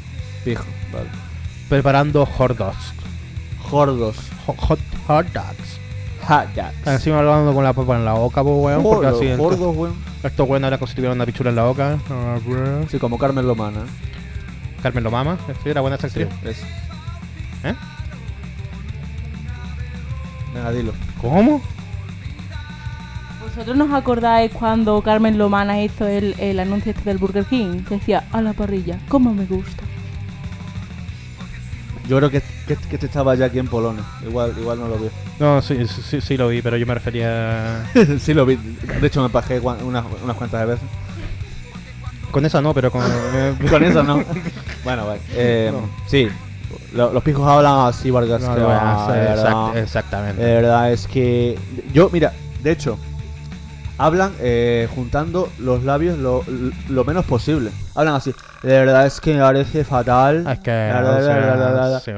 Pijos, vale. preparando hot dogs. Jordos. Hot, hot, hot dogs. Hot dogs. Encima hablando con la papa en la boca, pues, Ah, weón. Porque Jordos, así, entonces, jordos, weón. estos weones ahora como si tuvieran una pichula en la boca. Ah, weón. Sí, como Carmen Lomana. Carmen lo mama, sí, era buena esa actriz. es. ¿Eh? Venga, dilo. ¿Cómo? ¿Vosotros nos acordáis cuando Carmen Lomana hizo el, el anuncio este del Burger King? Que decía, a la parrilla, como me gusta. Yo creo que, que, que este estaba ya aquí en Polonia. Igual, igual no lo veo. No, sí, sí, sí, sí lo vi, pero yo me refería. sí lo vi. De hecho me pajé guan- unas, unas cuantas de veces. Con esa no, pero con. eh, Con eso no. bueno, vale. Eh, No. Sí. Lo- los pijos hablan así, no, Vargas. no, que no, va, sí, ¿verdad? exact- exactamente. De verdad es que. Yo, mira, de hecho, hablan eh, juntando los labios lo, lo menos posible. Hablan así. De verdad es que me parece fatal. Ah, es que. La, la, o sea, la, la, la, la. sí.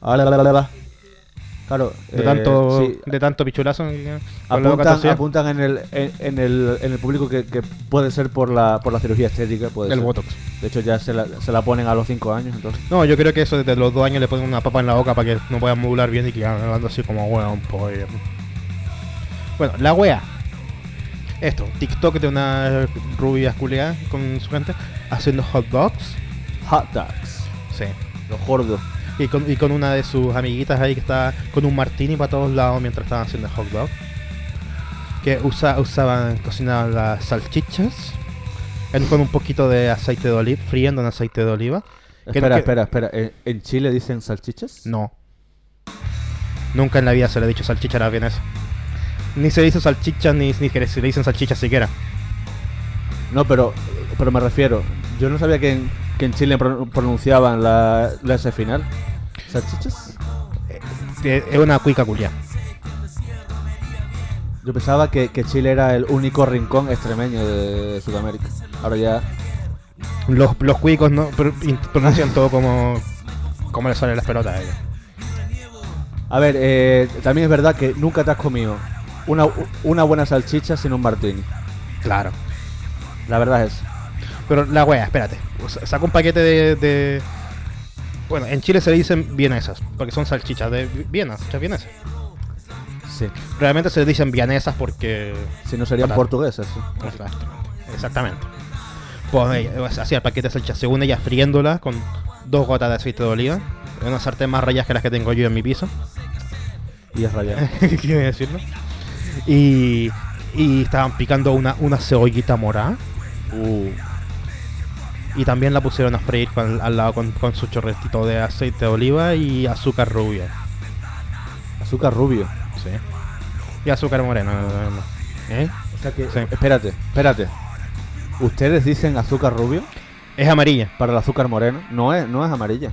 Ah, la, la, la, la, la. Claro, De eh, tanto, sí, de tanto pichulazo. eh, con la boca apuntan, torcida. apuntan en, el, en, en el, en el público que, que puede ser por la, por la cirugía estética. Puede El ser. botox. De hecho, ya se la, se la ponen a los 5 años. Entonces, No, yo creo que eso desde los dos años le ponen una papa en la boca para que no puedan modular bien y que van hablando así como weón, pollo. Bueno, la wea. Esto, TikTok de una rubia culia con su gente haciendo hot dogs. hot dogs. Sí. Los gordos. Y con, y con una de sus amiguitas ahí que está con un martini para todos lados mientras estaban haciendo hot dog. Que usa, usaban, cocinaban las salchichas. Él con un poquito de aceite de oliva, friendo en aceite de oliva. Que- Espera, que- espera, espera. ¿En, en Chile dicen salchichas? No. Nunca en la vida se le ha dicho salchicha a la vienesa. Ni se dice salchicha, ni, ni que se le dicen salchicha siquiera. No, pero, pero me refiero. Yo no sabía que en, que en Chile pro- pronunciaban la, la S final. ¿Salchichas? Eh, Es una cuica culia. Yo pensaba que, que Chile era el único rincón extremeño de Sudamérica. Ahora ya. Los, los cuicos no pr- in- pronuncian todo como, como les salen las pelotas a ellos. A ver, eh, también es verdad que nunca te has comido una, una buena salchicha sin un martini. Claro. La verdad es. Pero la wea, espérate. Sa- Saca un paquete de, de- Bueno, en Chile se le dicen vienesas, porque son salchichas de vienas, salchichas vienesas. Sí. Realmente se le dicen vienesas porque Si no serían Fatal. portuguesas. sí. Exactamente. Exactamente. Pues ella hacía el paquete de salchicha, según ella, friéndola con dos gotas de aceite de oliva. en Una sartén más rayas que las que tengo yo en mi piso. Y es rayado. Quiero decirlo. Y, y estaban picando una, una cebollita morada. Uh, Y también la pusieron a freír con- al lado con, con su chorretito de aceite de oliva y azúcar rubia. azúcar rubio. Sí. Y azúcar morena. no, no, no. ¿Eh? O sea que. Sí. Espérate, espérate. ¿Ustedes dicen azúcar rubio Es amarilla. para el azúcar moreno? No es, no es amarilla.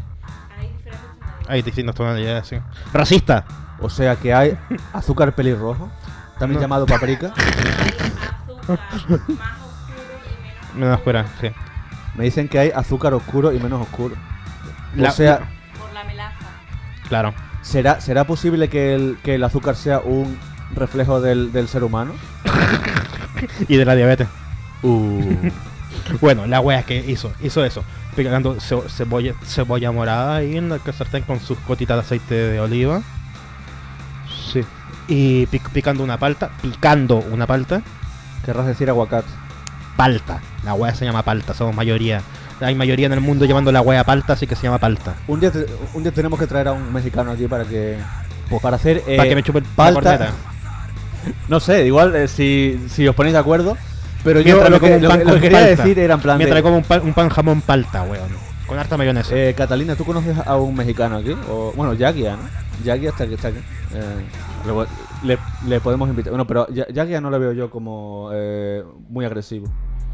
Ahí distintas tonalidades, sí. ¡Racista! O sea que hay azúcar pelirrojo, también No. llamado paprika. Menos oscura, sí. Me dicen que hay azúcar oscuro y menos oscuro. La- o sea, Claro. ¿será, ¿será posible que el, que el azúcar sea un reflejo del, del ser humano? Y de la diabetes. Uh. Bueno, la wea que hizo, hizo eso. Picando ce- cebolla, cebolla morada ahí en la que sartén con sus gotitas de aceite de oliva. Sí. Y pic- picando una palta, picando una palta. Querrás decir aguacate. Palta. La wea se llama palta, somos mayoría. Hay mayoría en el mundo llamando la wea palta, así que se llama palta. Un día, te- un día tenemos que traer a un mexicano aquí para que. para hacer. eh, Para que me chupe el palta. la corneta. No sé, igual eh, si, si os ponéis de acuerdo. Pero yo Mientras me lo como que, un lo pan que- lo con que quería palta. decir era en plan. Mientras de- como un pan, un pan jamón palta, weón. Con harta mayonesa. Eh, Catalina, ¿tú conoces a un mexicano aquí? O, bueno, Yagia, ¿no? Yagia está aquí. Está aquí. Eh, luego le, le podemos invitar. Bueno, pero Ya- Yagia no lo veo yo como eh, muy agresivo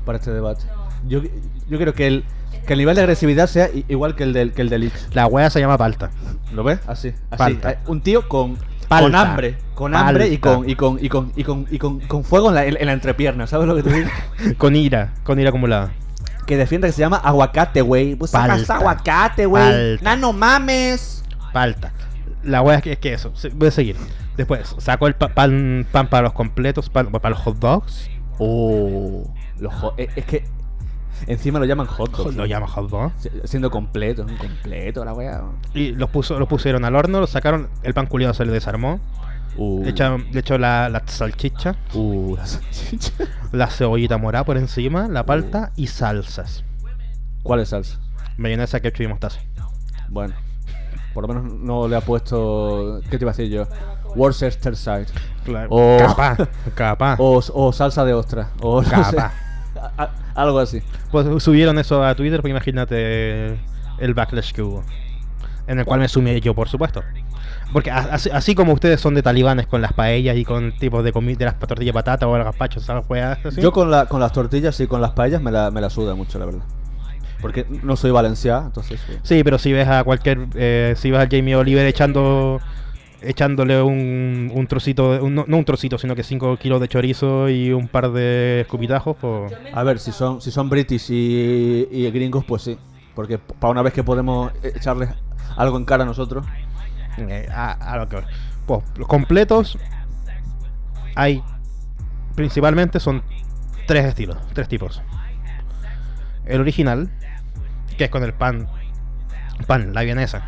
para este debate. Yo, yo creo que el, que el nivel de agresividad sea i- igual que el del, que el del Itch. La wea se llama palta. ¿Lo ves? Así. así. Palta. Eh, Un tío con, Palta. con hambre. Con hambre y Palta. con, y con, y con, y con, y con, con fuego en la, en la entrepierna. ¿Sabes lo que te digo? Con ira, con ira acumulada. que defiende que se llama aguacate, güey. Pues Palta. sacas aguacate, güey. Palta. Nano mames. Palta. La wea es que, es que eso. Sí, Voy a seguir. Después, saco el pa- pan, pan para los completos, pan, para los hot dogs. Oh. Los hot- es, es que encima lo llaman hot dogs. Lo llama hot dog. Si- Siendo completo, es un completo la weá. Y los, puso, los pusieron al horno, los sacaron, el pan culiado se le desarmó. Uh, Le echaron, le echó la, la salchicha, uh, la salchicha. la cebollita morada por encima, la palta y salsas. ¿Cuál es salsa? Mayonesa, ketchup y mostaza. Bueno, por lo menos no le ha puesto. ¿Qué te iba a decir yo? Worcestershire. Claro. Oh. Capaz, capaz. O, o salsa de ostra. O no sé. Capaz. A- a- algo así. Pues subieron eso a Twitter, pues imagínate el backlash que hubo. En el cual me sumé yo, por supuesto. Porque a- así, así como ustedes son de talibanes con las paellas y con tipos de comi- de las tortillas de patata o el gazpacho, esas weas así. Yo con, la, con las tortillas y con las paellas me la, me la suda mucho, la verdad. Porque no soy valenciano, entonces. eh, Sí, pero si ves a cualquier. eh, si ves al Jamie Oliver echando. Echándole un, un trocito, de- un- no, no un trocito, sino que 5 kilos de chorizo y un par de escupitajos. pues, A ver, si son, si son british y, y gringos, pues sí. Porque para una vez que podemos e- echarles algo en cara a nosotros. eh, a, a lo que voy. Pues los completos hay principalmente son tres estilos, tres tipos. El original, que es con el pan, pan, la vienesa.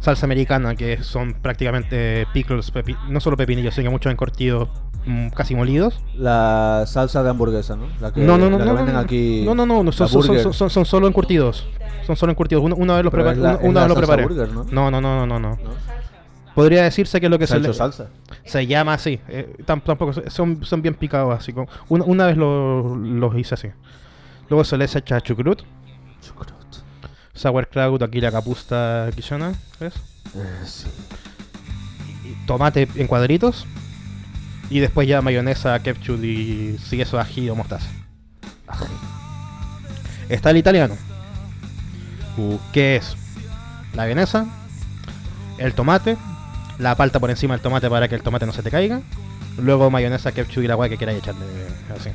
Salsa americana, que son prácticamente pickles, pepi- no solo pepinillos, sino muchos encortidos mm, casi molidos. La salsa de hamburguesa, ¿no? La que, No, no, no, Eh, la que no, no, venden no, aquí. no, no, no, no, son, la son- burger. son- son- son solo encurtidos. Son solo encurtidos. Uno, una vez los Pero prepa- es la- uno- es la una vez los salsa preparé. burger, ¿no? no, no, no, no, no. ¿No? Podría decirse que es lo que se Salcho le, salsa. se llama así. eh, tam- tampoco son, son bien picados así. como- una, una vez lo- los hice así. Luego se les echa chucrut, Chucrut. sauerkraut, aquí la capusta quillona, ¿ves? Eh, sí. Y tomate en cuadritos. Y después ya mayonesa, ketchup y si eso ají o mostaza. Está el italiano. Que es la vienesa, el tomate, la palta por encima del tomate para que el tomate no se te caiga. Luego mayonesa, ketchup y la agua que quieras echarle. eh, Así.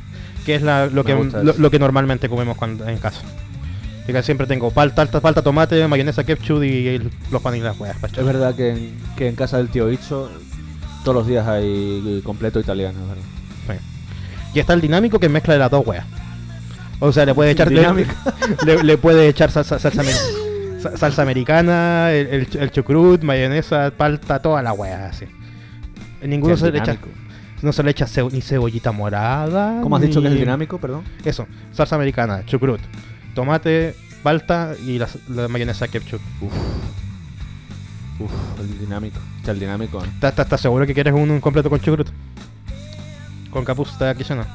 Que es la- Me lo, que, gusta lo, eso. lo que normalmente comemos cuando, en casa. Que casi siempre tengo palta, palta, palta, tomate, mayonesa, ketchup y el- los panes y las huevas. Es verdad que en, que en casa del tío Icho todos los días hay completo italiano, es ¿verdad? Sí. Y está el dinámico que mezcla de las dos weas. O sea, le puede echar le, Dinámico. le- le puede echar salsa, salsa, amer- sa- salsa americana, el, el, ch- el chucrut, mayonesa, palta, toda la wea así. En ninguno Sí, se el le echa, dinámico. no se le echa cebo- ni cebollita morada. ¿Cómo has dicho que es el ni- dinámico, perdón? Eso, salsa americana, chucrut, tomate, palta y la, s- la mayonesa ketchup. Uf, el dinámico. O sea, el dinámico. ¿eh? ¿no? ¿Estás estás- estás seguro que quieres un, un completo con chucrut? Con capusta quillona.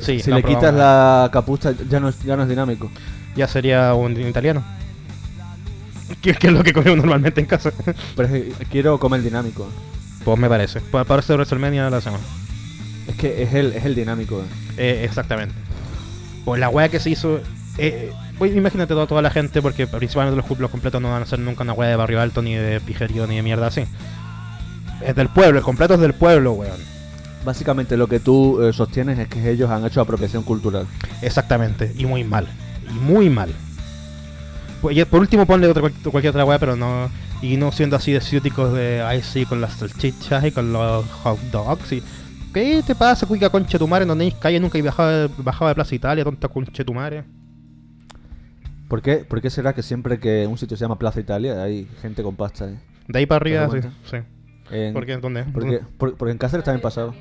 Sí, si lo le probamos. quitas la capusta ya no es, ya no es dinámico. Ya sería un italiano. Que, que es lo que comemos normalmente en casa. Pero es que quiero comer dinámico. pues me parece. Pa- Parece WrestleMania la semana. Es que es el, es el dinámico. ¿eh? Eh, exactamente. Pues la wea que se hizo. eh, eh, pues imagínate toda, toda la gente, porque principalmente los cuplos completos no van a ser nunca una wea de barrio alto, ni de pijerío, ni de mierda así. Es del pueblo, el completo es del pueblo, weón. Básicamente lo que tú eh, sostienes es que ellos han hecho apropiación cultural. Exactamente, y muy mal. Y muy mal. Pues, y por último, ponle otra, cual- cualquier otra weá, pero no. Y no siendo así de ciúticos de ay sí, con las salchichas y con los hot dogs y. ¿Qué te pasa, cuica conche tu madre? No tenéis calle nunca y bajaba, bajaba de Plaza Italia, tonta conche tu madre. ¿Por qué? ¿Por qué será que siempre que un sitio se llama Plaza Italia hay gente con pasta? ¿eh? De ahí para arriba, ¿Te sí, das sí. En- ¿Por qué? ¿Dónde? Porque, por- porque en Cáceres también pasaba.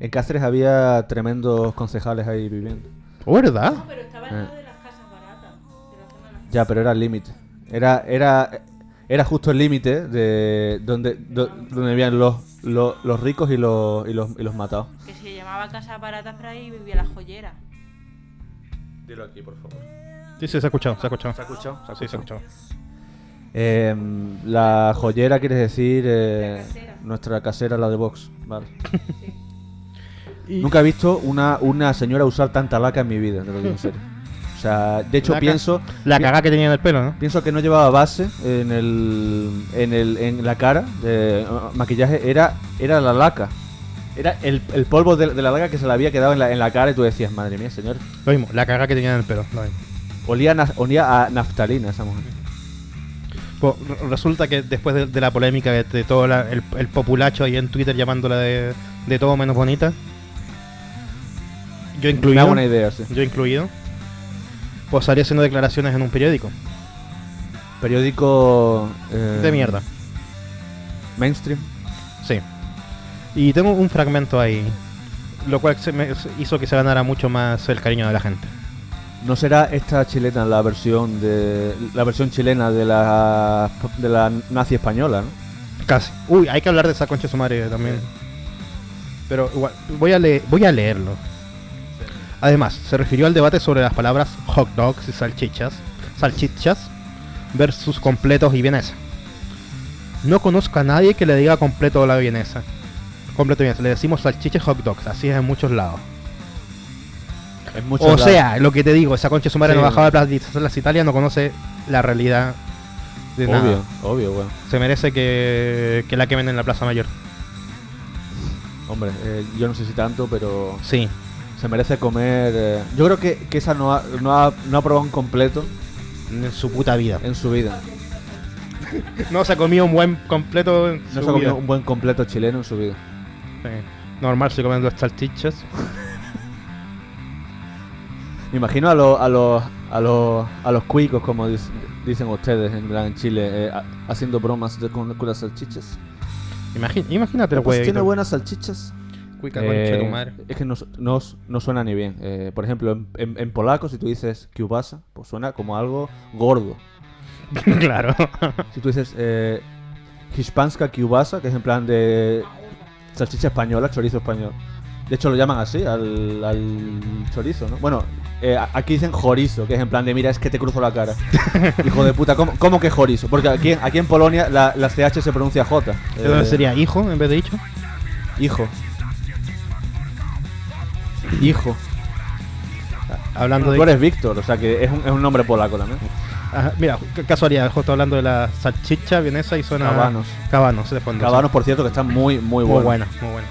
En Cáceres había tremendos concejales ahí viviendo. Oh, ¿Verdad? pero estaba al lado de las casas baratas. Ya, pero era el límite. Era, era, era justo el límite de donde, do- donde vivían los, los, los ricos y los, y los, y los matados. Que se llamaba Casas Baratas, pero ahí vivía la joyera. Dilo aquí, por favor. Sí, sí, se ha escuchado, se ha escuchado. escuchado? Sí, se ha escuchado. Em, la joyera quieres decir eh, La casera. nuestra casera, la de Vox. Vale. Nunca he visto una, una señora usar tanta laca en mi vida, te lo digo en serio. O sea, de hecho Laca. pienso La cagada que tenía en el pelo, ¿no? Pienso que no llevaba base en, el, en, el, en la cara de ah, maquillaje, era, era la laca. Era el, el polvo de, de la laca que se le había quedado en la, en la cara y tú decías, madre mía, señor. Lo mismo, la cagada que tenía en el pelo, lo mismo. Olía, a na- olía a naftalina esa mujer. Pues, re- resulta que después de, de la polémica de, de todo la- el, el populacho ahí en Twitter llamándola de, de todo menos bonita, yo Me hago incluido, una idea, sí. yo incluido, pues salí haciendo declaraciones en un periódico Periódico. eh, de mierda. Mainstream. Sí. Y tengo un fragmento ahí, lo cual se me se hizo que se ganara mucho más el cariño de la gente. ¿No será esta chilena la versión de. la versión chilena de la. de la nazi española, ¿no? Casi. Uy, hay que hablar de esa concha de su madre también. Pero igual, voy a, leer, voy a leerlo. Además, se refirió al debate sobre las palabras hot dogs y salchichas, salchichas versus completos y vienesa. No conozco a nadie que le diga completo a la vienesa. Completo y vienesa. Le decimos salchichas y hot dogs, así es en muchos lados. Es o sea, lo que te digo, esa concha de su madre Sí. no bajaba de Plaza- las Italia, no conoce la realidad de nada. obvio, obvio, weón. Se merece que, que la quemen en la Plaza Mayor. Hombre, eh, yo no sé si tanto, pero Sí, se merece comer. eh, Yo creo que, que esa no ha, no, ha, no ha probado un completo en su puta vida. en su vida. No se ha comido un buen completo en No su se ha comido vida. un buen completo chileno en su vida. Sí. Normal, se comen dos salchichas. Me imagino a los a los a los a los cuicos como dic- dicen ustedes en Gran Chile eh, ha- haciendo bromas de- con, con las salchichas. Imagín- imagínate el Pues tiene huevito. buenas salchichas. Cuica, Eh, concha tu madre. es que no, su- no su- no suena ni bien. Eh, por ejemplo, en, en- en polaco si tú dices kiubasa, pues suena como algo gordo. claro. Si tú dices eh, Hispanska kiubasa, que es en plan de salchicha española, chorizo español. De hecho, lo llaman así, al, al chorizo, ¿no? Bueno, eh, a- aquí dicen jorizo, que es en plan de mira, es que te cruzo la cara. Hijo de puta, ¿cómo, cómo que jorizo? Porque aquí, aquí en Polonia la, la CH se pronuncia J. eh, Entonces sería hijo en vez de dicho. Hijo. Hijo. Hablando Tú de. eres Víctor, o sea que es un, es un nombre polaco también. Ajá, mira, qué casualidad, justo hablando de la salchicha vienesa y suena. Cabanos. Cabanos, de fondo. Cabanos, por cierto, que están muy, muy Muy buenos. buena, muy buena.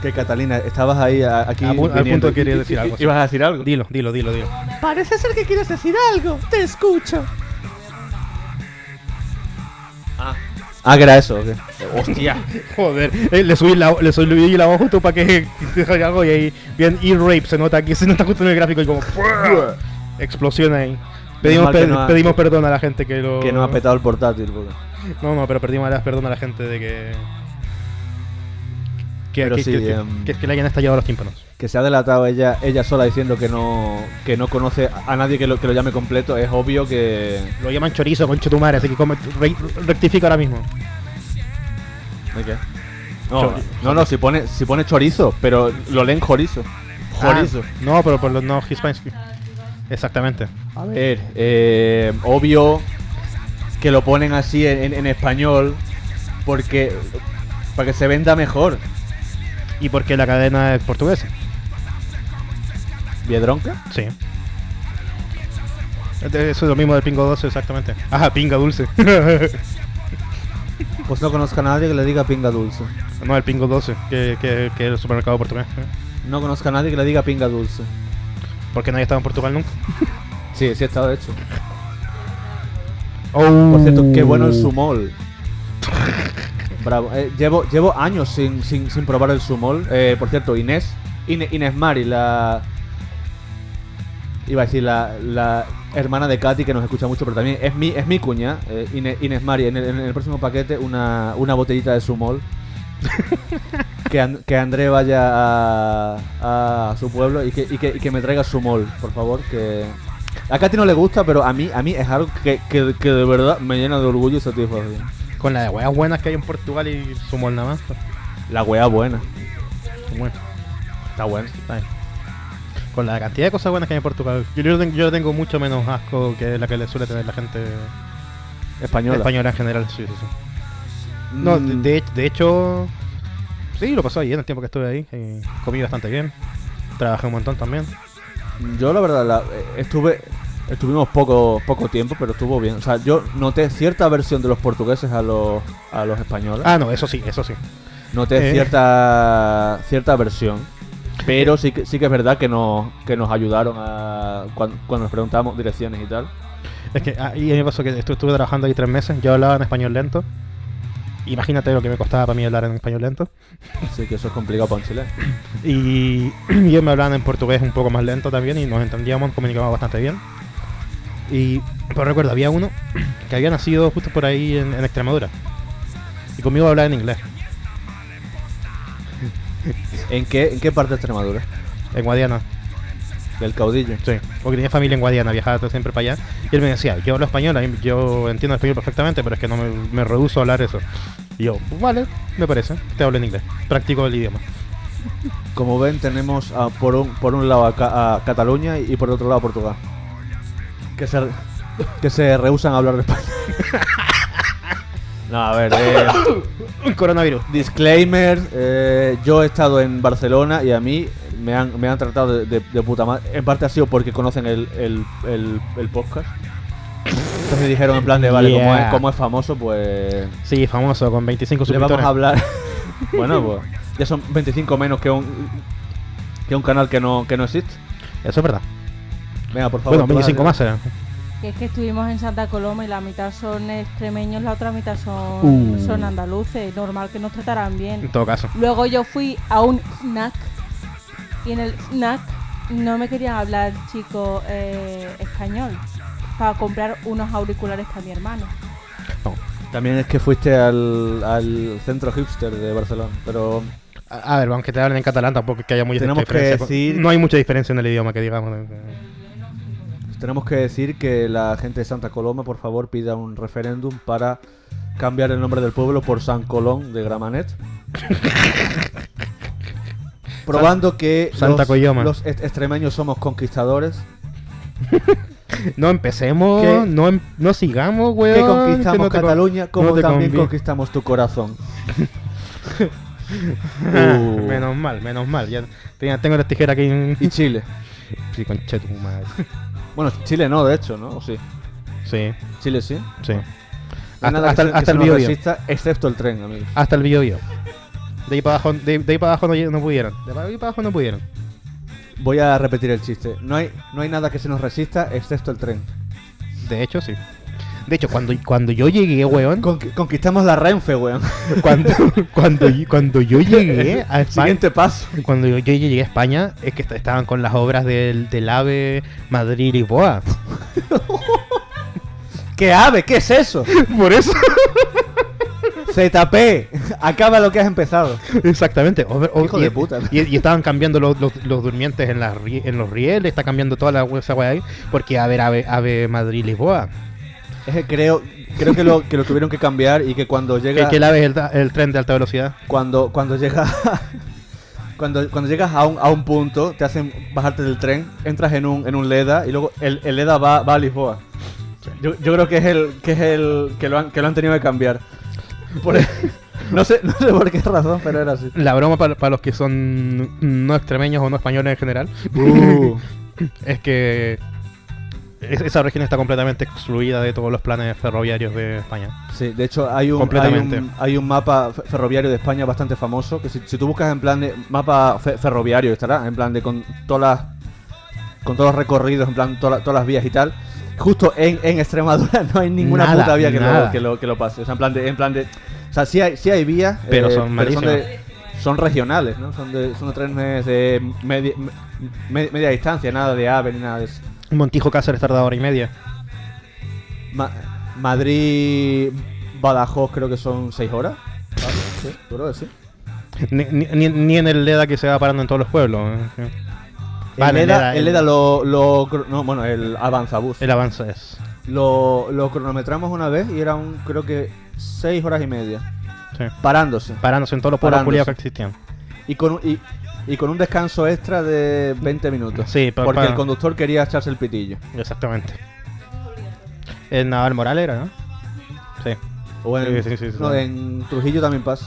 Que Catalina, estabas ahí, a- aquí. A pu- al viniendo. punto de querer decir algo, sí. ¿Ibas a decir algo? Dilo, dilo, dilo, dilo. Parece ser que quieres decir algo. Te escucho. Ah, que era eso. ok. Hostia. Joder, eh, le subí la, le subí la voz justo para que que salga algo y ahí bien e-rape se nota aquí, se nota justo en el gráfico y como ¡pua! explosión ahí. Pedimos, mal que pe- no ha- pedimos perdón a la gente que lo que no ha petado el portátil. porque- No, no, pero pedimos las- perdón a la gente de que que, Pero que, sí, que- que- em. que- que le hayan estallado los tímpanos. Que se ha delatado ella, ella sola diciendo que no, que no conoce a nadie que lo, que lo llame completo. Es obvio que. Lo llaman chorizo con chetumare, así que come- re- rectifica ahora mismo. No, Chorizo. no, no, si pone, si pone chorizo, pero lo leen chorizo. Chorizo. Ah, no, pero por los no hispansky. Exactamente. A ver, eh, obvio que lo ponen así en, en- en español porque para que se venda mejor. Y porque la cadena es portuguesa. ¿Viedronca? Sí. Este- Eso es lo mismo del pingo 12, exactamente. Ajá, pinga dulce. no, Pues no conozco a nadie que le diga pinga dulce. el pingo 12, que, que, que es el supermercado portugués. ¿eh? No conozco a nadie que le diga pinga dulce. Porque nadie estado en Portugal nunca. Sí, sí he estado de hecho. Oh. Por cierto, qué bueno el sumol. Bravo. Eh, llevo, llevo años sin, sin, sin probar el sumol. Eh, por cierto, Inés. Ine- Inés Mari, la. Iba a decir la, la hermana de Katy que nos escucha mucho, pero también es mi, es mi cuña, eh, Ine- Inés Mari. En el, en el próximo paquete, una, una botellita de sumol. que, And- que André vaya a, a su pueblo y que, y que- y que me traiga sumol, por favor. Que a Katy no le gusta, pero a mí, a mí es algo que, que- que de verdad me llena de orgullo y satisfacción. Con las huevas buenas que hay en Portugal y sumol nada más. La wea buena. Bueno, Está buena. está bien. Con la cantidad de cosas buenas que hay en Portugal. Yo, yo, tengo, yo tengo mucho menos asco que la que le suele tener la gente Española. española en general. Sí, sí, sí. No, de, Mm, de- de hecho, sí, lo pasó bien el tiempo que estuve ahí. eh, comí bastante bien. Trabajé un montón también. Mm, Yo la verdad, la- eh, estuve. Estuvimos poco, poco tiempo, pero estuvo bien. O sea, yo noté cierta versión de los portugueses a los, a los españoles. Ah, no, eso sí, eso sí. noté eh. cierta cierta versión. Pero sí que, sí que es verdad que nos, que nos ayudaron a, cuan- cuando, nos preguntábamos direcciones y tal. ah, Es que ahí me pasó que estu- estuve trabajando ahí tres meses, yo hablaba en español lento Imagínate lo que me costaba para mí hablar en español lento. Sí, que eso es complicado para un chileno. Y ellos me hablaban en portugués un poco más lento también y nos entendíamos, comunicábamos bastante bien. Y pero recuerdo, había uno que había nacido justo por ahí en, en Extremadura. Y conmigo hablaba en inglés, ¿En qué, ¿En qué parte de Extremadura? en Guadiana. Del caudillo. Sí, porque tenía familia en Guadiana, viajaba todo siempre para allá. Y él me decía, yo hablo español, a mí- yo entiendo español perfectamente, pero es que no me, me rehuso a hablar eso. Y yo, vale, me parece, te hablo en inglés, practico el idioma. Como ven, tenemos a- por, un, por un lado a, Ca- a Cataluña y por otro lado a Portugal. Que se, re- que se rehusan a hablar de España. no, a ver, eh, Un coronavirus. disclaimer, eh, yo he estado en Barcelona y a mí me han, me han tratado de, de- de puta madre. En parte ha sido porque conocen el, el, el- el podcast. Entonces dijeron en plan de, vale, como, es, Yeah. como es famoso, pues... Sí, famoso, con 25 Le suscriptores. vamos a hablar. bueno, pues ya son 25 menos que un que un canal que no que no existe. Eso es verdad. Venga, por favor. bueno, 25 más tú eran. Que es que estuvimos en Santa Coloma y la mitad son extremeños, la otra mitad son, Uh. son andaluces. Normal que nos trataran bien. En todo caso. Luego yo fui a un snack y en el snack no me querían hablar chico eh, español para comprar unos auriculares para mi hermano. No. dale. También es que fuiste al, al centro hipster de Barcelona, pero A, a ver, aunque te hablen en catalán, tampoco es que haya mucha Tenemos que diferencia. con- decir- No hay mucha diferencia en el idioma que digamos. tenemos que decir que la gente de Santa Coloma, por favor, pida un referéndum para cambiar el nombre del pueblo por San Colón de Gramanet. Probando que Santa los, Coyoma. los est- extremeños somos conquistadores. No empecemos, ¿Qué? no, em- no sigamos, weón. que conquistamos no te con- Cataluña como no te también conviene. conquistamos tu corazón. Ah, Uh. Menos mal, menos mal. Ya tenía- tengo las tijeras aquí. en- Y Chile. Sí, concha tu madre. Bueno, Chile no, de hecho, ¿no? ¿O sí? Sí, Chile sí. sí. No hay Hasta, nada que hasta el- se- que hasta se el nos video. resista, excepto el tren, amigo. Hasta el video De ahí para abajo, de, de ahí para abajo no, lle- no pudieron. De ahí para abajo no pudieron. Voy a repetir el chiste. No hay, no hay nada que se nos resista, excepto el tren. De hecho, sí. De hecho, cuando, cuando yo llegué, weón. Conqui- conquistamos la Renfe, weón. Cuando, cuando, yo- cuando yo eh, llegué a España. Siguiente paso. Cuando yo, yo llegué a España, es que est- estaban con las obras del, del AVE Madrid y Boa. ¿Qué ave? ¿Qué es eso? Por eso. ZP. Acaba lo que has empezado. Exactamente. Obra- ob- Hijo y, de puta. Y, y estaban cambiando los, los- los durmientes en, las rie- en los rieles, está cambiando toda la esa weá ahí, porque AVE, AVE, AVE Madrid Lisboa. Es que creo, creo que, lo, que lo tuvieron que cambiar y que cuando Que, llega... que el AVE es el, da- el tren de alta velocidad. cuando cuando llegas cuando, cuando llegas a un, a un punto te hacen bajarte del tren entras en un en un leda y luego el, el leda va, va a Lisboa yo, yo creo que es el que es el que lo han, que lo han tenido que cambiar Por- e- no sé no sé por qué razón pero era así La broma para, para los que son no extremeños o no españoles en general es que es- esa región está completamente excluida de todos los planes ferroviarios de España. sí de hecho hay un hay Completamente. un, hay un mapa fe- ferroviario de España bastante famoso que si, si tú buscas en plan de mapa fe- ferroviario estará en plan de con todas las con todos los recorridos, en plan, toda- todas las vías y tal. Justo en, en Extremadura no hay ninguna Nada, puta vía que lo, nada. que, lo, que lo pase. O sea, en plan de. En plan de o sea, sí hay, sí hay vías. eh, Pero son de- son regionales, ¿no? Son de, son de trenes de media, me- media distancia, nada de AVE ni nada de eso. Montijo Cáceres tarda hora y media. Ma- Madrid. Badajoz creo que son seis horas. Ah, sí, yo creo que sí. Ni, ni- ni- ni en el Leda que se va parando en todos los pueblos. eh. Vale, el EDA, el- el EDA lo, lo cro- No, bueno, el Avanzabús. El avance es. Lo, lo cronometramos una vez y eran, creo que, seis horas y media. Sí. Parándose. Parándose en todos los pueblos Parándose. culiados que existían. Y con, un- y, y con un descanso extra de 20 minutos. Sí, pa- Porque pa- el conductor quería echarse el pitillo. Exactamente. El Naval Moral era, ¿no? Sí, O en, Sí, sí, sí, sí, no, sí. en Trujillo también pasa.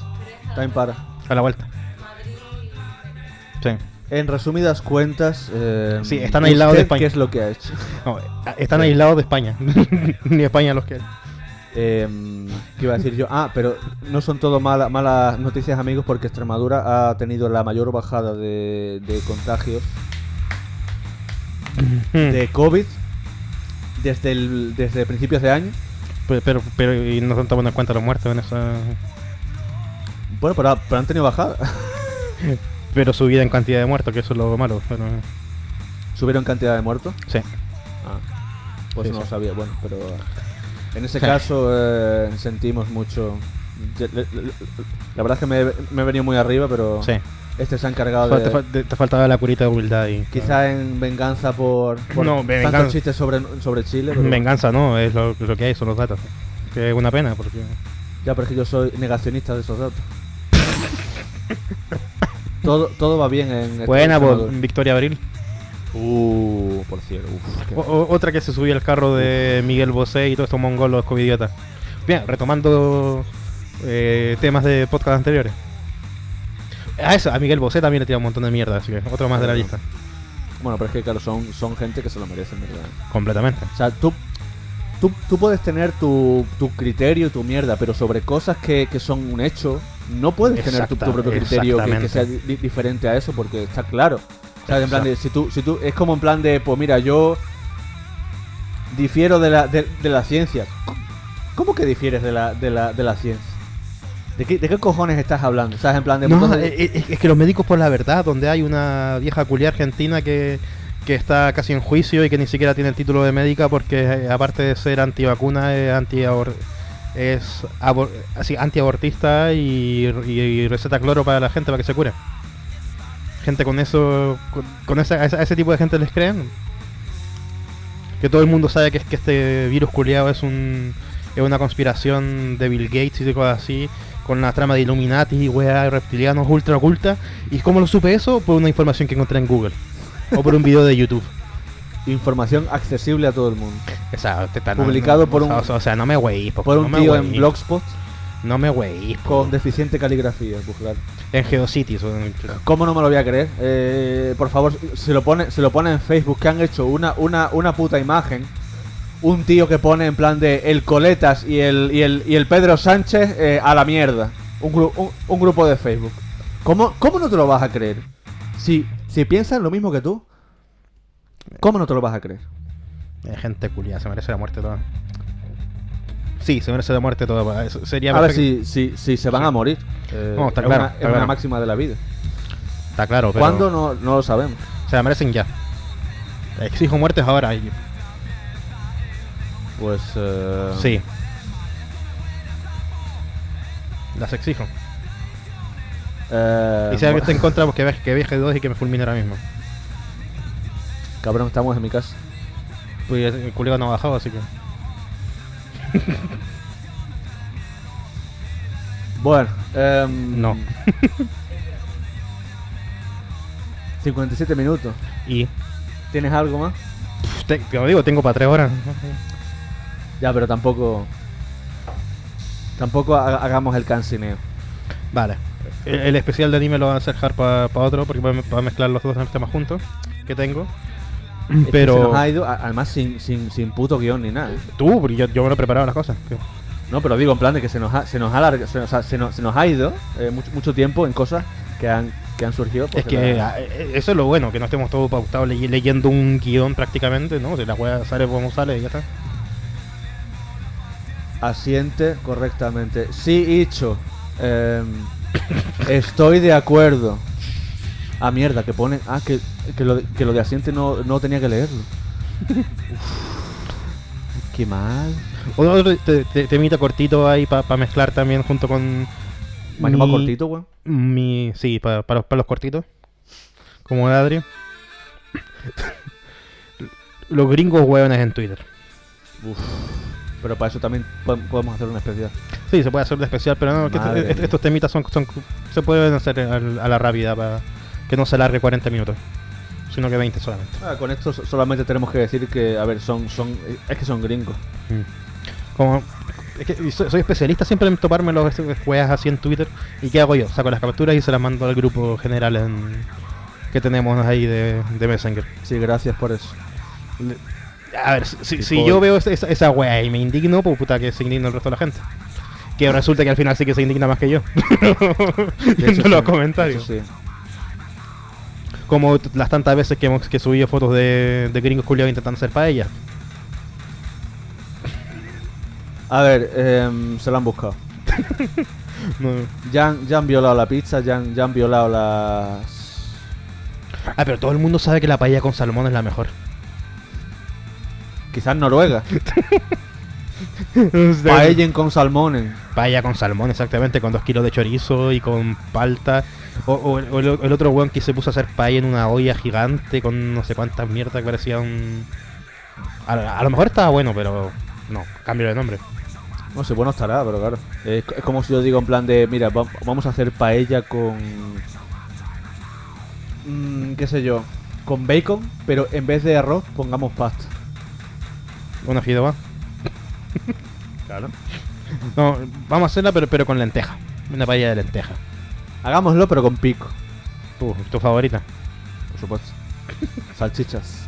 También para. a la vuelta. Sí. En resumidas cuentas, eh, Sí, están aislados de ¿usted España. ¿Qué es lo que ha hecho? No, eh, están aislados de España. Ni España los que. Eh, ¿Qué iba a decir yo? Ah, pero no son todo mala- malas noticias, amigos, porque Extremadura ha tenido la mayor bajada de, de contagios Mm. de COVID desde, el, desde principios de año. Pero, pero, pero y no se han tomado en cuenta los muertos en esa. Bueno, pero, pero han tenido bajada. Pero subida en cantidad de muertos, que eso es lo malo. Pero, eh, Subieron cantidad de muertos. sí. Ah, pues Sí, no sí. lo sabía, bueno, pero eh, en ese Sí. caso eh, sentimos mucho. Ye- le- le- le- La verdad es que me, he- me he venido muy arriba, pero sí. este se ha encargado Fal- te, de. fal- te- te faltaba la curita de humildad y. ah, Quizá en venganza por, por No, venganza. tantos chistes sobre, sobre Chile. Pero, Venganza, no, es lo, lo que hay, son los datos. Que es una pena, porque. Ya, pero es que yo soy negacionista de esos datos. todo, todo va bien en. este Buena, por Extremadura. Victoria Abril. Uh, por cierto. uf, qué- O- o- otra que se subió al carro de Miguel Bosé y todos estos mongolos covidiotas. Bien, retomando eh, temas de podcast anteriores. A eso, a Miguel Bosé también le tira un montón de mierda, así que otro más de la lista. Bueno, pero es que, claro, son, son gente que se lo merecen, ¿verdad? Completamente. O sea, tú, tú, tú puedes tener tu, tu criterio y tu mierda, pero sobre cosas que, que son un hecho, no puedes tener tu, Exacta- tu propio criterio que- que, exactamente. sea di- diferente a eso, porque está claro. O sea, en plan de, si tú, si tú, es como en plan de, pues mira, yo difiero de la, de, de la ciencia. ¿Cómo que difieres de la, de la, de la ciencia? ¿De qué, de qué cojones estás hablando? O sea, en plan de... pues, No, entonces- eh, eh, es que los médicos por la verdad, donde hay una vieja culia argentina que, que está casi en juicio y que ni siquiera tiene el título de médica porque eh, aparte de ser antivacuna es anti es abor- así antiabortista y, y- y receta cloro para la gente para que se cure. Gente con eso, con, con esa- a esa- a ese tipo de gente les creen. Que todo el mundo sabe que, es- que este virus culiado es un es una conspiración de Bill Gates y de cosas así con la trama de Illuminati y weá reptilianos ultra oculta. ¿Y cómo lo supe eso? Por una información que encontré en Google. O por un video de YouTube. Información accesible a todo el mundo. O sea, te están- Publicado por un- O sea, o sea, no me weís. po, Por no un me tío en weís, Blogspot No me weís. po. con deficiente caligrafía, pues, buscar. En Geocities. o en- ¿Cómo no me lo voy a creer? Eh, por favor, se lo pone, se lo pone en Facebook que han hecho una, una, una puta imagen. Un tío que pone en plan de el Coletas y el, y el, y el Pedro Sánchez eh, a la mierda. Un, gru- un, un grupo de Facebook. ¿Cómo, ¿Cómo no te lo vas a creer? Si, si piensan lo mismo que tú, ¿cómo no te lo vas a creer? Eh, Gente culiada, se merece la muerte toda. Sí, se merece la muerte toda. pa- eso Sería A ver perfecto- si, si, si se van a morir. Eh, No, está es claro, una- está es una claro. máxima de la vida. Está claro, pero. ¿Cuándo? No, no lo sabemos. Se la merecen ya. Exijo muertes ahora. y- Pues... eh, Sí. Las exijo. eh, Y si alguien está en contra, pues que, ve- que viaje dos y que me fulmine ahora mismo. Cabrón, estamos en mi casa. Pues el culiado no ha bajado, así que. Bueno, em, No. 57 minutos. Y. ¿Tienes algo más? pff, te- como digo, tengo para tres horas. Ya, pero tampoco. Tampoco ha- hagamos el cancineo. Vale. El, el especial de anime lo van a hacer para otro, porque va a, me- va a mezclar los dos temas juntos que tengo. Este Es que se Pero. nos ha ido, a- además, sin, sin, sin puto guión ni nada. Tú, porque yo, yo me lo he preparado las cosas. que- No, pero digo, en plan de que se nos ha, se nos ha, alarga- se, o sea, se nos, se nos ha ido eh, mucho, mucho tiempo en cosas que han, que han surgido. pues, Es que de la- ah, eh, eso es lo bueno, que no estemos todos pautados ley- leyendo un guión prácticamente, ¿no? Si la wea sale, como sale y ya está. Asiente correctamente. Sí, Icho. em, estoy de acuerdo. Ah, mierda, que pone. Ah, que, que, lo, de- que lo de asiente no, no tenía que leerlo. Uf, qué mal. Otro, otro te- te- temita cortito ahí para mezclar también junto con. Me ha quemado mi- cortito, weón. Mi, sí, para, para, los, para los cortitos. Como de Adri. los gringos hueones en Twitter. Uf. Pero para eso también po- podemos hacer una especial. Sí, se puede hacer de especial, pero no, que esto- Madre est- mía. estos temitas son, son- se pueden hacer al- a, la rápida para que no se alargue 40 minutos, sino que 20 solamente. Ah, con esto so- solamente tenemos que decir que, a ver, son, son, es que son gringos. Como es que soy, soy especialista siempre en toparme los juegas así en Twitter. ¿Y qué hago yo? Saco las capturas y se las mando al grupo general en- que tenemos ahí de, de Messenger. Sí, gracias por eso. Le- A ver, si, Qué si yo pobre. veo esa, esa, esa weá y me indigno, pues puta que se indigna el resto de la gente. Que resulta que al final sí que se indigna más que yo. Viendo los comentarios. Eso sí. Como t- las tantas veces que hemos que he subido fotos de, de gringos culiados intentando hacer paella. A ver, em, se lo han buscado. No. Ya han, ya han violado la pizza, ya han, ya han violado las. Ah, pero todo el mundo sabe que la paella con salmón es la mejor. Quizás Noruega. paella. Paellen con salmones. con salmón, exactamente, con dos kilos de chorizo y con palta. O, o el, o el- el otro weón que se puso a hacer paella en una olla gigante con no sé cuántas mierdas que parecía un... A, a lo mejor estaba bueno, pero no, cambio de nombre. No sé, bueno estará, pero claro. Es, es como si yo digo en plan de, mira, va- vamos a hacer paella con... mm, qué sé yo, con bacon, pero en vez de arroz pongamos pasta. Una fideuá. Claro. No, vamos a hacerla pero, pero con lenteja. Una paella de lenteja. Hagámoslo, pero con pico, Tu, tu favorita. por supuesto. Salchichas.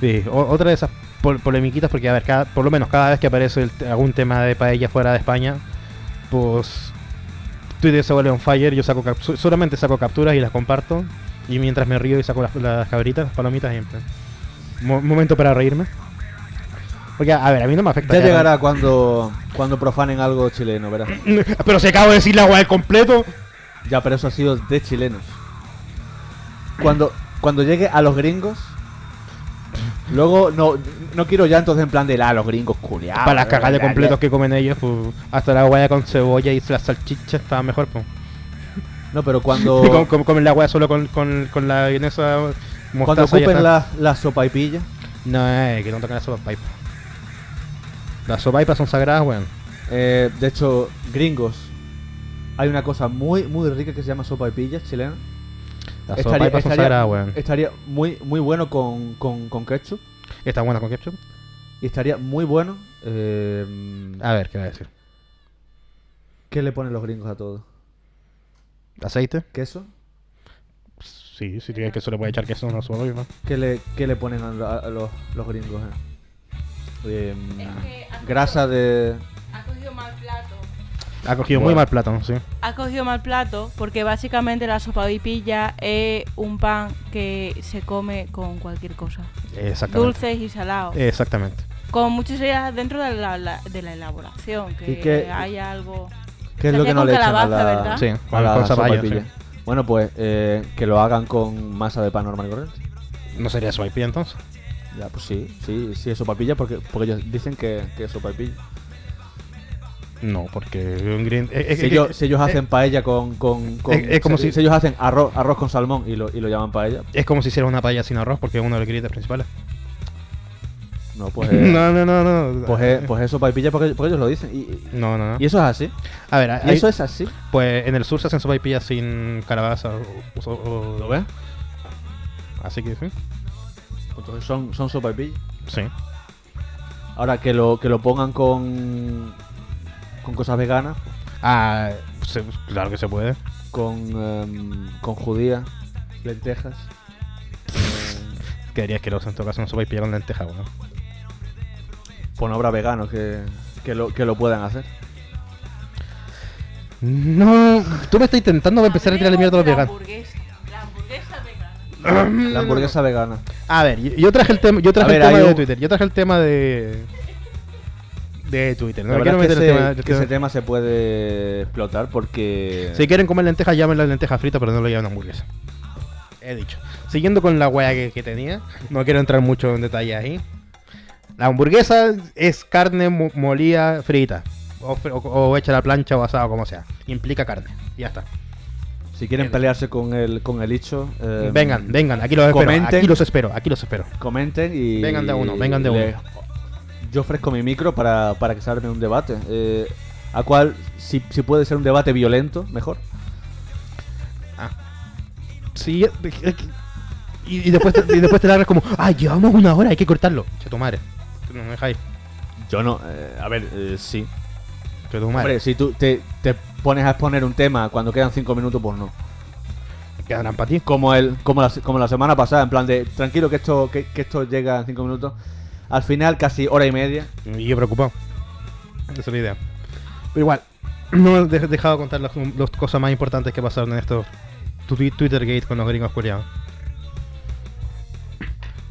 Sí, o- otra de esas pol- polemiquitas, porque a ver, cada- por lo menos cada vez que aparece el- algún tema de paella fuera de España, pues Twitter se vuelve on fire, yo saco cap- so- solamente saco capturas y las comparto, y mientras me río y saco las, las cabritas, las palomitas, y en plan, mo- momento para reírme. Porque, a ver, a mí no me afecta. Ya que llegará cuando, cuando profanen algo chileno, verás. hagan- Pero se acabo de decir la guay completo. Ya, pero eso ha sido de chilenos. Cuando, cuando llegue a los gringos... Luego, no, no quiero llantos en plan de, ah, los gringos culiados. para las cagadas de bla, bla, completos que comen ellos, pues, hasta la guaya con cebolla y la salchicha estaba mejor, pues. No, pero cuando, Y com- com- comen la guaya solo con, con, con la vienesa cuando mostaza y ya ocupen está. la, la sopa y pilla, No, eh, que no toquen las sopaipas. Las sopaipas son sagradas, weón. eh, de hecho, gringos, hay una cosa muy muy rica que se llama sopa y pilla chilena. Las sopaipas son sagradas, weón. estaría muy muy bueno con, con, con ketchup ¿Están buenas con ketchup? y estaría muy bueno. eh, A ver, ¿qué va a decir? ¿Qué le ponen los gringos a todo? ¿Aceite? ¿Queso? Sí, si tienes queso le puedes echar queso a una sopa, ¿no? ¿Qué le, qué le ponen a, lo- a los, los gringos? eh? Em, mm, Es que hace grasa de... Ha cogido mal plato. Ha cogido muy Bueno. mal plátano, sí. Ha cogido mal plato porque básicamente la sopa de pilla es un pan que se come con cualquier cosa. Exactamente. Eh. Dulces y salados. Exactamente. Con muchas ideas dentro de la, la- de la elaboración. Que, ¿Y qué- haya algo... ¿Qué es Se lo que hacía no con le echan a la, calabaza, ¿verdad? Ah. Sí, a con, la con sopa zapallo, y pilla? sí. Bueno, pues eh, que lo hagan con masa de pan normal y corriente. ¿No sería sopa y pilla entonces? Ya, pues sí, sí, sí es sopapilla porque, porque ellos dicen que, que es sopapilla. No, porque un green... eh, eh, Si eh, ellos, eh, si ellos hacen paella con... con, con- eh, eh, como si, si- si ellos hacen arroz, arroz con salmón y lo, y lo llaman paella, Es como si hicieras una paella sin arroz, porque es uno de los ingredientes principales. no, pues es, no, no, no, no. pues es, pues es sopapilla porque, porque ellos lo dicen. Y, y- No, no, no. y eso es así. A ver, Y ahí- eso es así. Pues en el sur se hacen sopa y pilla sin calabaza o, o- o- ¿Lo ves? Así que sí. Entonces son, son sopapilla. Sí. Ahora, que lo, que lo pongan con... Con cosas veganas, Ah, se- claro que se puede. con, em, con judía, lentejas. em, Quedaría asqueroso en todo caso una sopa y pilla con lenteja, weón. pues no habrá veganos que, que, lo, que lo puedan hacer. No, tú me estás intentando empezar a tirarle mierda a los La veganos. hamburguesa. La hamburguesa vegana. Mm, La hamburguesa vegana. A ver, yo, yo traje el tema, yo traje A el ver, tema hay de un- Twitter, yo traje el tema de de Twitter. No La me verdad es quiero que meter el ese, tema. el que ese tema. tema se puede explotar porque... Si quieren comer lentejas, llamen la lenteja frita, pero no lo llamen hamburguesa. He dicho. Siguiendo con la hueá que, que tenía, no quiero entrar mucho en detalle ahí. La hamburguesa es carne mo- molida frita. O, fr- o- o hecha a la plancha o asada, como sea. Implica carne. Ya está. si quieren pelearse con el, con el hicho... eh, vengan, vengan. Aquí los espero. comenten. Aquí los espero. Aquí los espero. Comenten y... Vengan de a uno, vengan de le- uno. Yo ofrezco mi micro para, para que se arme un debate. eh, a cual, si, si puede ser un debate violento, mejor. Sí, eh, eh, y, y después te, y después te largas como, ah, llevamos una hora, hay que cortarlo. Che tu madre. No me dejáis. Yo no... eh, a ver, eh, sí. Che tu madre. Hombre, si tú te, te pones a exponer un tema cuando quedan cinco minutos, pues no. Quedarán para ti. como el como la, como la semana pasada, en plan de tranquilo que esto que, que esto llega en 5 minutos. Al final casi hora y media. Y yo preocupado. Esa es la idea. Pero igual, no he de- dejado de contar las, las cosas más importantes que pasaron en estos Twi- Twittergate con los gringos coreanos.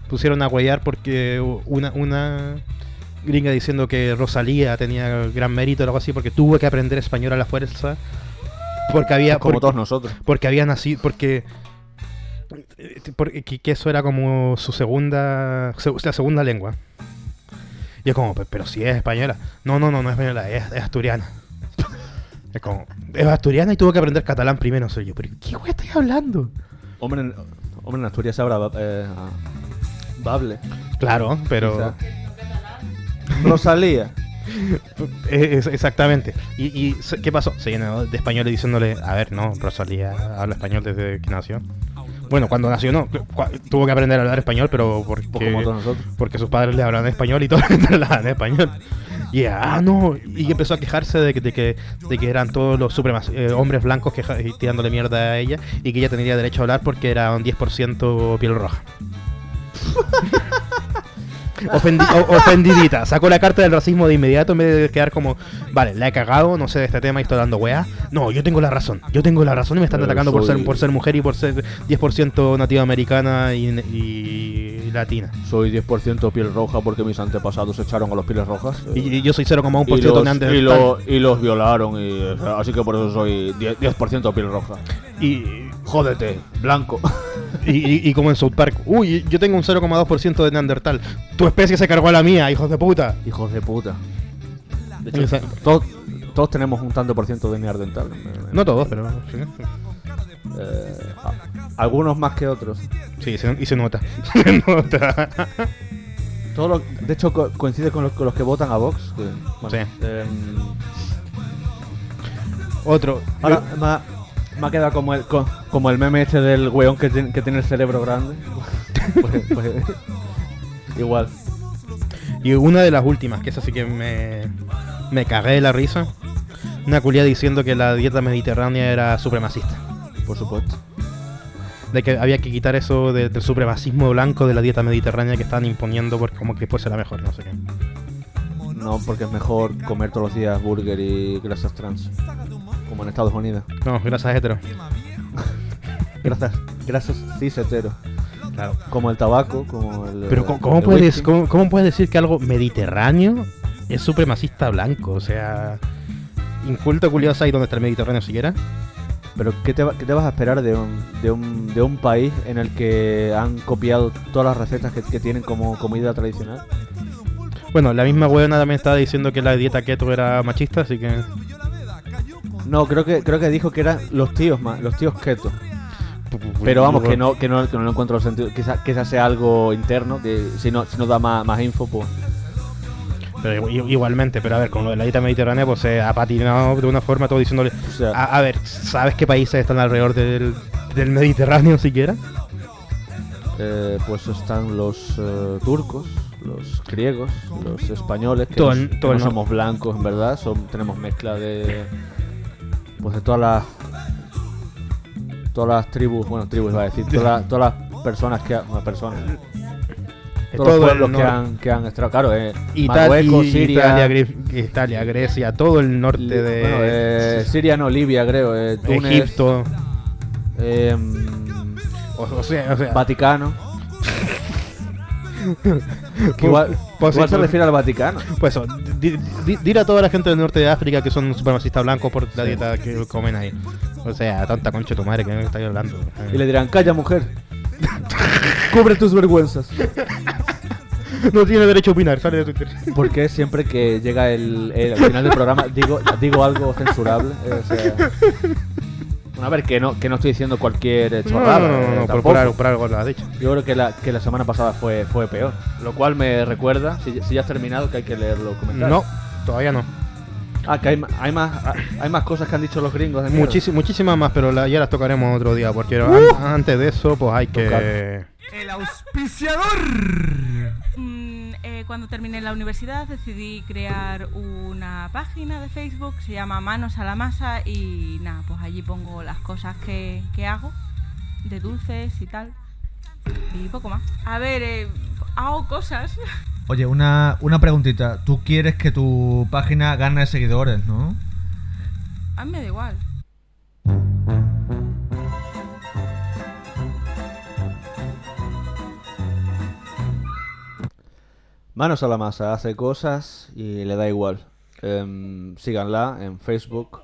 Pusieron a guayar porque una, una, gringa diciendo que Rosalía tenía gran mérito o algo así porque tuvo que aprender español a la fuerza porque había Como Ah, por- todos nosotros. porque había nacido porque eh, porque que que eso era como su segunda se- la segunda lengua y es como "Pe- pero si es española no no no no es española es, es asturiana es como es asturiana y tuvo que aprender catalán primero soy yo pero qué güey estás hablando Hombre, en, hombre, en Asturias se habrá eh, ah, bable. claro pero quizá. Rosalía. e, Es- es- exactamente y, y se- qué pasó se llenó de españoles diciéndole a ver no Rosalía habla español desde que nació bueno cuando nació no cu- cu- tuvo que aprender a hablar español pero porque Pues como todos nosotros. porque sus padres le hablaban español y todos le hablaban español. Y ah, no, y empezó a quejarse de que, de que, de que eran todos los supremac- eh, hombres blancos queja- y tirándole mierda a ella y que ella tendría derecho a hablar porque era un 10% piel roja. Ofendi- o- ofendidita, sacó la carta del racismo de inmediato en vez de quedar como, vale, la he cagado, no sé de este tema y estoy dando weá. No, yo tengo la razón, yo tengo la razón y me están Eh, atacando por soy- ser por ser mujer y por ser 10% nativa americana y- y latina. Soy 10% piel roja porque mis antepasados se echaron a los pieles rojas. eh, Y, y yo soy 0,1% y los, neandertal. y, lo- y los violaron. Y, eh, así que por eso soy 10%, 10% piel roja. Y, Jódete, blanco. y, y- y como en South Park. Uy, yo tengo un 0,2% de neandertal. Tu especie se cargó a la mía, hijos de puta. Hijos de puta. De hecho, Esa- todos, todos tenemos un tanto por ciento de neandertal. dental. No todos, pero... Eh, a- algunos más que otros. Sí, se- y se nota. Se nota. Todos los- de hecho, co- coincide con los, con los que votan a Vox. que- bueno, Sí. em, Otro. ahora me ha, me ha quedado como el, co- como el meme este del weón que, tiene- que tiene el cerebro grande. Pues- pues, igual. Y una de las últimas, que esa sí que me, me cagué de la risa. Una culia diciendo que la dieta mediterránea era supremacista. Por supuesto. De que había que quitar eso de- del supremacismo blanco de la dieta mediterránea que estaban imponiendo porque como que después será mejor, no sé qué. No, porque es mejor comer todos los días burger y grasas trans. Como en Estados Unidos. No, gracias hetero. Grasas, grasas cis hetero. Claro. Como el tabaco, como el. Pero ¿cómo, cómo el puedes, whisky. cómo, cómo puedes decir que algo mediterráneo es supremacista blanco? O sea, inculto curioso ahí donde está el Mediterráneo siquiera. Pero ¿qué te, va- qué te vas a esperar de un, de, un, de un país en el que han copiado todas las recetas que, que tienen como comida tradicional? Bueno, la misma huevona también estaba diciendo que la dieta keto era machista, así que... No, creo que creo que dijo que eran los tíos más, los tíos keto. Pero vamos, que no, que no, que no lo encuentro sentido. Quizás quizá sea algo interno, que si no, si no da más, más info, pues. Pero i- igualmente, pero a ver, con lo de la dieta mediterránea pues se ha patinado de una forma todo diciéndole... O sea, A, a ver, ¿sabes qué países están alrededor del, del Mediterráneo siquiera? eh, pues están los eh, turcos, los griegos, los españoles, que, Todo no- el- que todo no el norte. somos blancos, en verdad. Son, tenemos mezcla de. Pues de todas las. Todas las tribus, bueno, tribus iba a decir, todas, las- todas las personas que. ha- Bueno, personas. Eh, Todos los el pueblos que nor- han, que han extra- Claro, eh, Italia, Marruecos, Siria. Italia, Gre- Italia, Grecia, todo el norte Li- de... bueno, eh, Siria no, Libia, creo. eh, Túnez, Egipto. eh, mm, O, o sea, o sea, Vaticano. Que Pu- igual, igual pues, sí, se pues, refiere al Vaticano. Pues eso, di- di- dir a toda la gente del norte de África que son supremacistas blancos por la dieta que comen ahí. O sea, tanta concha de tu madre que me estáis hablando. Y le dirán, calla mujer. Cubre tus vergüenzas. No tiene derecho a opinar, sale de Twitter. Porque siempre que llega el, el- al final del programa digo, digo algo censurable. eh, o sea- Bueno, a ver, que no, que no estoy diciendo cualquier eh, No, chorrada. no, no, eh, no, por, tampoco. por algo, por algo lo has dicho. Yo creo que la, que la semana pasada fue, fue peor. Lo cual me recuerda, si, si ya has terminado, que hay que leer los comentarios. No, todavía no. Ah, que hay, ma- hay más, ah, hay más cosas que han dicho los gringos de mierda. Muchísi- muchísimas más, pero la- ya las tocaremos otro día, porque an- Uh. antes de eso, pues hay que... El auspiciador. Mm, eh, cuando terminé la universidad decidí crear una página de Facebook, se llama Manos a la Masa y nada, pues allí pongo las cosas que, que hago, de dulces y tal, y poco más. A ver, eh, hago cosas. Oye, una, una preguntita. Tú quieres que tu página gane seguidores, ¿no? A mí me da igual. Manos a la masa, hace cosas y le da igual. Em, síganla en Facebook,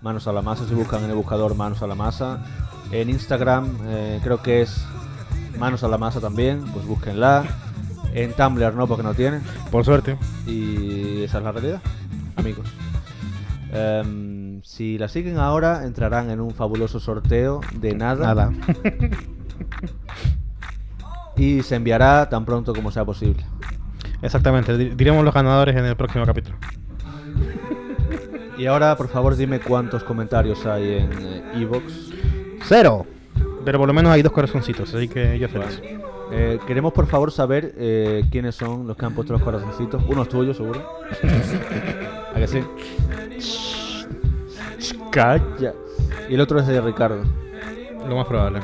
Manos a la masa, si buscan en el buscador Manos a la masa. En Instagram eh, creo que es Manos a la masa también, pues búsquenla. En Tumblr no, porque no tiene. Por suerte. Y esa es la realidad, amigos. Em, si la siguen ahora, entrarán en un fabuloso sorteo de Nada. y se enviará tan pronto como sea posible. Exactamente. di- Diremos los ganadores en el próximo capítulo. Y ahora, por favor, dime cuántos comentarios hay en eh, iVoox. ¡Cero! Pero por lo menos hay dos corazoncitos, así que yo feliz. Eh, queremos, por favor, saber eh, quiénes son los que han puesto los corazoncitos. Unos tuyos, seguro. ¿A que sí? Calla. Y el otro es de Ricardo. Lo más probable.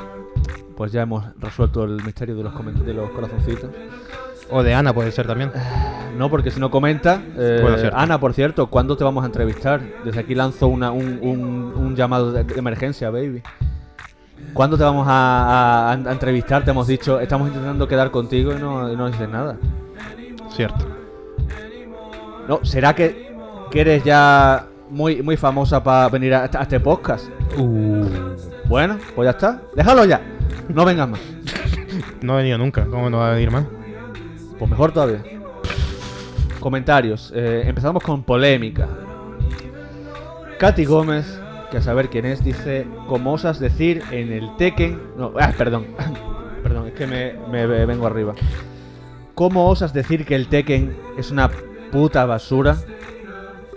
Pues ya hemos resuelto el misterio de los, comen- de los corazoncitos. O de Ana puede ser también. No, porque si no comenta. eh, Bueno, cierto. Ana, por cierto, ¿cuándo te vamos a entrevistar? Desde aquí lanzo una- un, un- un llamado de, de emergencia, baby. ¿Cuándo te vamos a, a- a entrevistar? Te hemos dicho, estamos intentando quedar contigo y no, y no dices nada. Cierto. No, ¿será que, que eres ya muy, muy famosa para venir a, a este podcast? Bueno, pues ya está. Déjalo ya. No vengas más. No ha venido nunca. ¿Cómo no va a venir más? Pues mejor todavía. Comentarios. Eh, empezamos con polémica. Katy Gómez, que a saber quién es, dice: Como osas decir en el Tekken. No, ah, perdón. perdón, es que me, me ve- vengo arriba. ¿Cómo osas decir que el Tekken es una puta basura?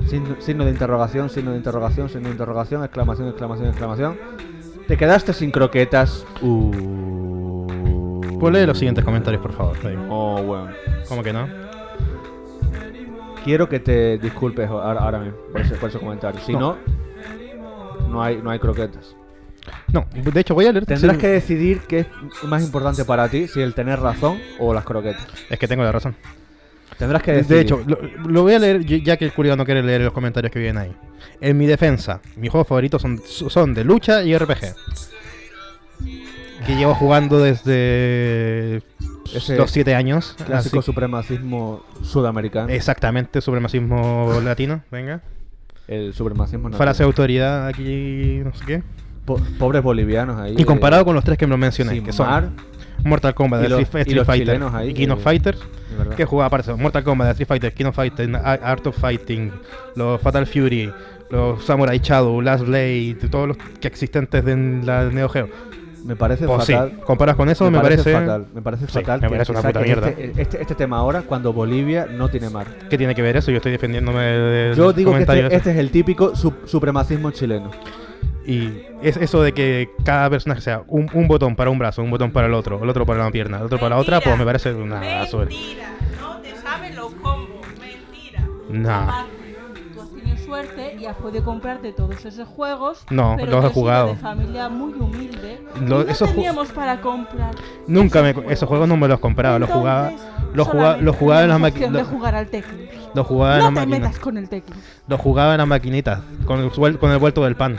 Signo, signo de interrogación, signo de interrogación, signo de interrogación, exclamación, exclamación, exclamación. Te quedaste sin croquetas. Uh. Pues lee los siguientes comentarios, por favor. Dave. Oh, bueno. ¿Cómo que no? Quiero que te disculpes ahora, ahora mismo por ese, por ese comentario. Si no, No. no hay, no hay croquetas. No, de hecho voy a leer. Tendrás sí. que decidir qué es más importante para ti, si el tener razón o las croquetas. Es que tengo la razón. Tendrás que decidir. De hecho, lo, lo voy a leer ya- ya que el curio no quiere leer los comentarios que vienen ahí. En mi defensa, mis juegos favoritos son, son de lucha y RPG. Que llevo jugando desde Ese los 7 años. clásico así- supremacismo sudamericano. exactamente, supremacismo latino. Venga. El supremacismo nacional. Frase de autoridad aquí, no sé qué. Po- pobres bolivianos ahí. Y eh, comparado con los tres que me mencioné, sin que son mar, Mortal Kombat, y los- Street, y Street los Fighter, chilenos ahí, King of eh, Fighters. de verdad. ¿Qué jugaba? Parece Mortal Kombat, Street Fighter, King of Fighter, A- Art of Fighting, los Fatal Fury, los Samurai Shadow, Last Blade, todos los que existentes en la Neo Geo. Me parece Pues sí, fatal. comparas con eso, me, parece, fatal. Me parece Sí, fatal. me que- parece que una puta saquen mierda. Este, este- este tema ahora cuando Bolivia no tiene mar. ¿Qué tiene que ver eso? Yo estoy defendiéndome del Yo digo que comentario este, ese. este es el típico su- supremacismo chileno. Y es eso de que cada personaje sea un, un botón para un brazo, un botón para el otro, el otro para la pierna, el otro para la otra, pues me parece una basura. Mentira, no te saben los combos, mentira. Nah. Aparte, Tú has tenido suerte y has podido comprarte todos esos juegos. No, pero los he yo he sido jugado. De familia muy humilde. y Lo- no esos ju- teníamos para comprar. Nunca me, esos juegos no me los compraba, los jugaba, los jugaba, los jugaba en las máquinas. de máquinas. jugar al Tekken. Los jugaba en No las te metas máquinas. con el Tekken. Los jugaba en las maquinitas, con el, suel- con el vuelto del pan.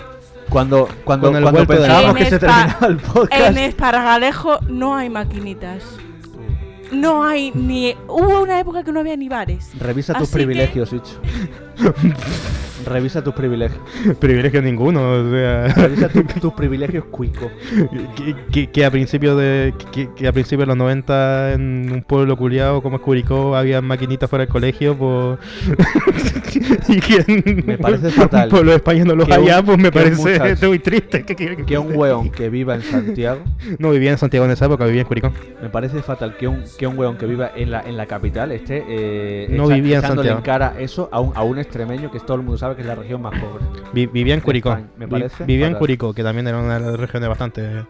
Cuando, cuando, Con el cuando vuelto de la- pensábamos En que se esta- terminaba el podcast. En Espargalejo no hay maquinitas. No hay ni. Hubo una época que no había ni bares. Revisa tus Así que- privilegios, Icho. Revisa tus privilegios. Privilegio ninguno, o sea, Revisa tu- tus privilegios cuico. que, que- que a principios de que, que a principios de los 90 en un pueblo culiado como es Curicó había maquinitas fuera del colegio, pues y que en- Me parece fatal Un pueblo de España no los que un- haya, pues me que un parece muchacho- muy triste. ¿Qué quiere Que un weón que viva en Santiago, No vivía en Santiago en esa época, vivía en Curicó. me parece fatal que un, que un weón que viva en la, en la capital esté eh, No echa- vivía en echándole en Santiago. cara eso a un, a un extremeño que todo el mundo sabe que es la región más pobre. Vi- vivía en Curicó. España, me Vi- parece vivía en fatal. Curicó, que también era una de las regiones bastante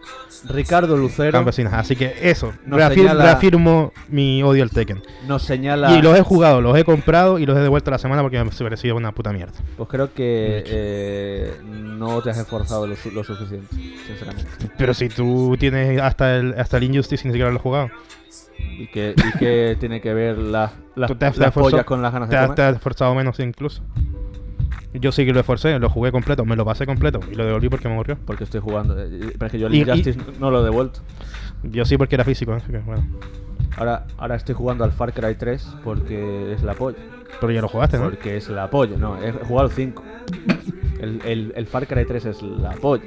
Ricardo Lucero campesinas. Así que eso, Nos reafir- señala- reafirmo mi odio al Tekken. nos señala. Y los he jugado, los he comprado y los he devuelto a la semana porque me ha parecido una puta mierda. Pues creo que eh, no te has esforzado lo, su- lo suficiente, sinceramente. Pero si tú tienes hasta el, hasta el Injustice y ni siquiera lo has jugado, Y que, y que tiene que ver las, las, Tú te has- las te has pollas forzado- con las ganas te de has, te comer. has esforzado menos incluso. Yo sí que lo esforcé, lo jugué completo, me lo pasé completo y lo devolví porque me aburrió. Porque estoy jugando. eh, Pero es que yo el Y- y- Injustice no lo he devuelto. Yo sí porque era físico, así que bueno. Ahora, ahora estoy jugando al Far Cry 3 porque es la polla. Pero ya lo jugaste, ¿no? Porque es la polla. No, he jugado al 5. El, el- el Far Cry 3 es la polla.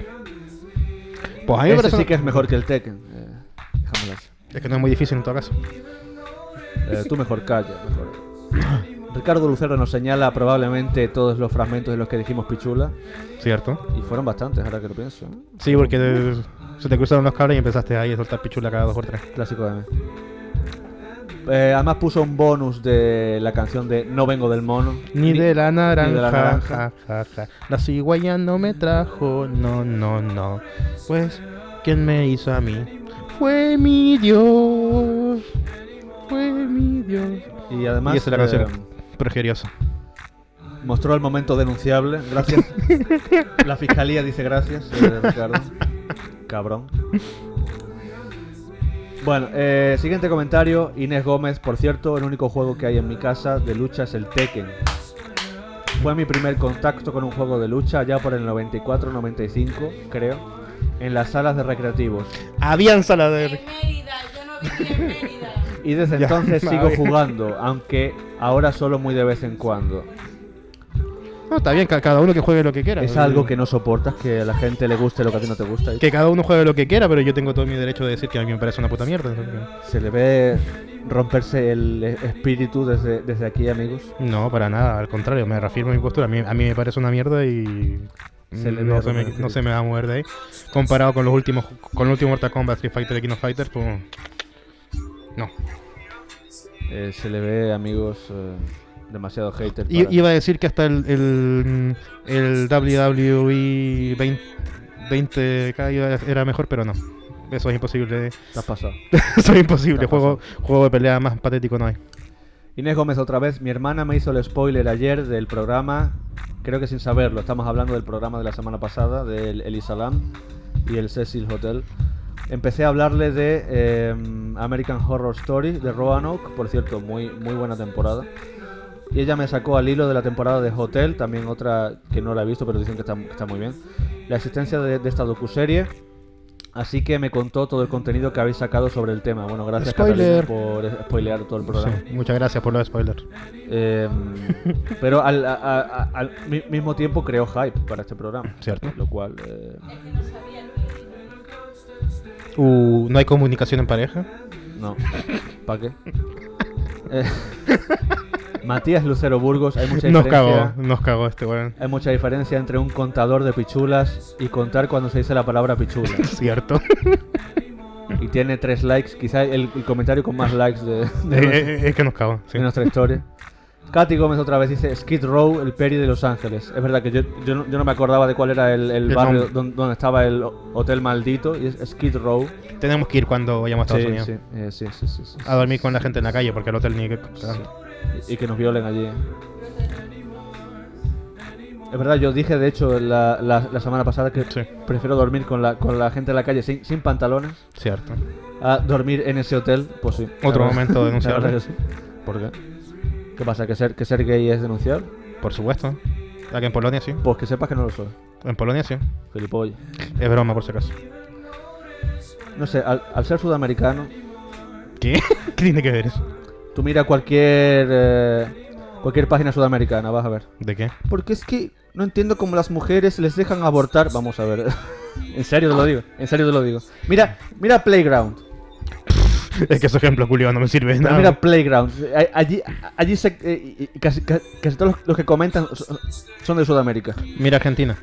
Pues a mí me Ese parece- sí que es mejor que el Tekken. Eh, déjamelo así. Es que no es muy difícil en todo caso. Eh, tú mejor calla, mejor. Ricardo Lucero nos señala probablemente todos los fragmentos de los que dijimos pichula. ¿Cierto? Y fueron bastantes, ahora que lo pienso. ¿eh? Sí, porque eh, se te cruzaron los cables y empezaste ahí a soltar pichula cada dos por tres. Clásico de mí. Eh, además puso un bonus de la canción de No vengo del mono. Ni de la naranja, naranja. ja, ja, ja. La cigüeña no me trajo, no, no, no. Pues, ¿quién me hizo a mí? Fue mi Dios. Fue mi Dios. Y además Y esa es la eh, canción. Progerioso. mostró el momento denunciable. Gracias. la fiscalía dice gracias, eh, Ricardo. Cabrón. Bueno, eh, siguiente comentario. Inés Gómez, por cierto, el único juego que hay en mi casa de lucha es el Tekken. Fue mi primer contacto con un juego de lucha ya por el 94-95, creo, en las salas de recreativos. Habían sala de. yo no viví en Mérida. Y desde Ya, entonces me sigo había- jugando, aunque ahora solo muy de vez en cuando. No, está bien, ca- cada uno que juegue lo que quiera. Es algo que no soportas, que a la gente le guste lo que a ti no te gusta. y Que cada uno juegue lo que quiera, pero yo tengo todo mi derecho de decir que a mí me parece una puta mierda. así que- Se le ve romperse el eh, espíritu desde, desde aquí, amigos. No, para nada, al contrario, me reafirmo mi postura. A mí, a mí me parece una mierda y. Se le ve no, se me, romper. no se me va a mover de ahí. Comparado con los últimos. Con el último Mortal Kombat, Street Fighter y King of Fighters, pues. No. Eh, se le ve, amigos, eh, demasiado hater. I- para- iba a decir que hasta el, el, el E WWE 20, 20K iba a- era mejor, pero no. Eso es imposible. Te has pasado. Eso es imposible. Está Juego, juego de pelea más patético no hay. Inés Gómez, otra vez. Mi hermana me hizo el spoiler ayer del programa. Creo que sin saberlo. Estamos hablando del programa de la semana pasada, del El Isalam y el Cecil Hotel. Empecé a hablarle de eh, American Horror Story de Roanoke. Por cierto, muy, muy buena temporada. Y ella me sacó al hilo de la temporada de Hotel, también otra que no la he visto, pero dicen que está, que está muy bien. La existencia de, de esta docuserie. Así que me contó todo el contenido que habéis sacado sobre el tema. Bueno, gracias Spoiler. Catalina por spoilear todo el programa. Sí, muchas gracias por los spoilers. Eh, pero al, a- a- al mi- mismo tiempo creó hype para este programa. Cierto. Lo cual. eh, Uh, no hay comunicación en pareja. no. ¿Para qué? Eh, Matías Lucero Burgos, hay mucha Nos diferencia. cagó, nos cagó este weón. Hay mucha diferencia entre un contador de pichulas y contar cuando se dice la palabra pichula. Cierto. y tiene tres likes, quizá el, el comentario con más likes de, de- Eh, eh, es que nos cagó. sí. de nuestra historia. Katy Gómez otra vez dice Skid Row, el Peri de Los Ángeles. Es verdad que yo, yo, no, yo no me acordaba de cuál era el, el El barrio nombre. don- donde estaba el ho- hotel maldito y es Skid Row. Tenemos que ir cuando vayamos a Estados Sí, Unidos. sí, eh, sí, sí, sí, sí, A dormir con la gente en la calle porque el hotel ni. sí. Y que nos violen allí. eh. Es verdad, yo dije de hecho la, la- la semana pasada que Sí. prefiero dormir con la, con la gente en la calle sin, sin pantalones Cierto. a dormir en ese hotel. Pues sí. la Otro verdad- momento la verdad denunciable. que sí. ¿Por qué? ¿Qué pasa? ¿Que ser, que ser gay es denunciable? Por supuesto. Aquí en Polonia sí. Pues que sepas que no lo soy. En Polonia sí. Gilipollas. Es broma, por si acaso. No sé, al, al ser sudamericano, ¿Qué? ¿Qué tiene que ver eso? tú mira cualquier eh, cualquier página sudamericana, vas a ver. ¿De qué? Porque es que no entiendo cómo las mujeres les dejan abortar. Vamos a ver. en serio te lo digo, en serio te lo digo. Mira, mira Playground. Es que ese ejemplo, Julio, no me sirve de Pero nada. mira Playground. A- Allí, allí se- eh, y- y casi, ca- casi todos los, los que comentan son- son de Sudamérica. Mira Argentina.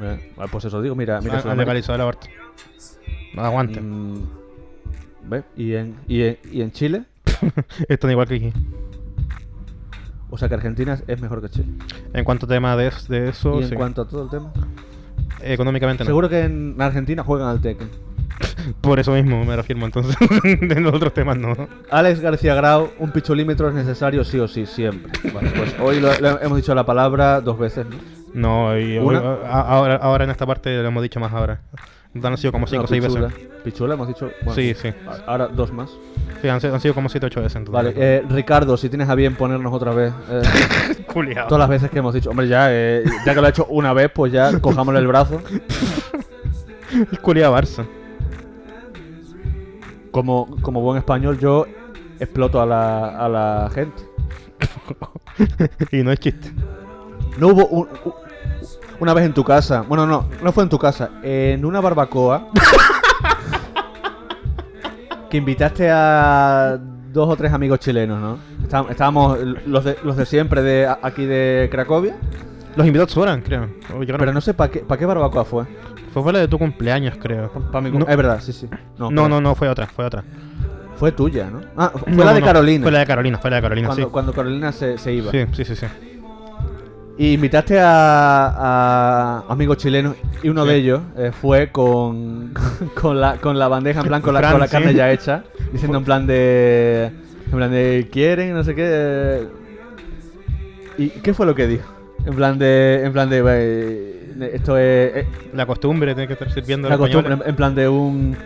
Eh, pues eso digo, mira, mira Ha- Han Sudamérica. legalizado el aborto. No aguante. Mm, ¿ve? ¿Y, en, y, en, y en Chile, Están igual que aquí. o sea que Argentina es mejor que Chile. En cuanto a tema de, es- de eso, y en sí. cuanto a todo el tema, económicamente no. seguro que en Argentina juegan al Tekken. Por eso mismo me reafirmo entonces. en los otros temas no. Alex García Grau, un pichulímetro es necesario sí o sí, siempre. Bueno, pues hoy lo- lo hemos dicho la palabra dos veces, ¿no? No, y ¿Una? a- ahora, ahora en esta parte lo hemos dicho más ahora. Han sido como 5 o No, 6 pichula. veces. Pichula hemos dicho. bueno, Sí, sí. a- Ahora dos más. Sí, han, sido- han sido como 7 o 8 veces. en total. Vale, eh, Ricardo, si tienes a bien ponernos otra vez eh, Culiao. todas las veces que hemos dicho. Hombre, ya, eh, ya que lo ha hecho una vez, pues ya cojámosle el brazo. El culiao Barça. Como, como buen español, yo exploto a la, a la gente. y no es chiste. No hubo un- u- una vez en tu casa. Bueno, no, no fue en tu casa. En una barbacoa. que invitaste a dos o tres amigos chilenos, ¿no? Está- Estábamos los de, los de siempre de a- aquí de Cracovia. Los invitados fueron, creo. O llegaron. Pero no sé para qué, pa' qué barbacoa fue. Fue para la de tu cumpleaños, creo. Pa- pa' mi cum- No. Es verdad, sí, sí. No, No, no, espera. no, fue otra, fue otra. Fue tuya, ¿no? Ah, fue No, la no, de no, Carolina. Fue la de Carolina, fue la de Carolina, cuando, cuando Carolina se, se iba. sí. Sí, sí, sí, sí. Y invitaste a, a amigos chilenos y uno Sí. de ellos eh, fue con, con, la, con la bandeja en plan, con la, Fran, con la sí. carne ya hecha, diciendo en plan de... En plan de quieren, no sé qué... eh. ¿Y qué fue lo que dijo? En plan de... En plan de... eh, Esto es... eh, La costumbre tiene que estar sirviendo a la los costumbre, en, españoles. en plan de un...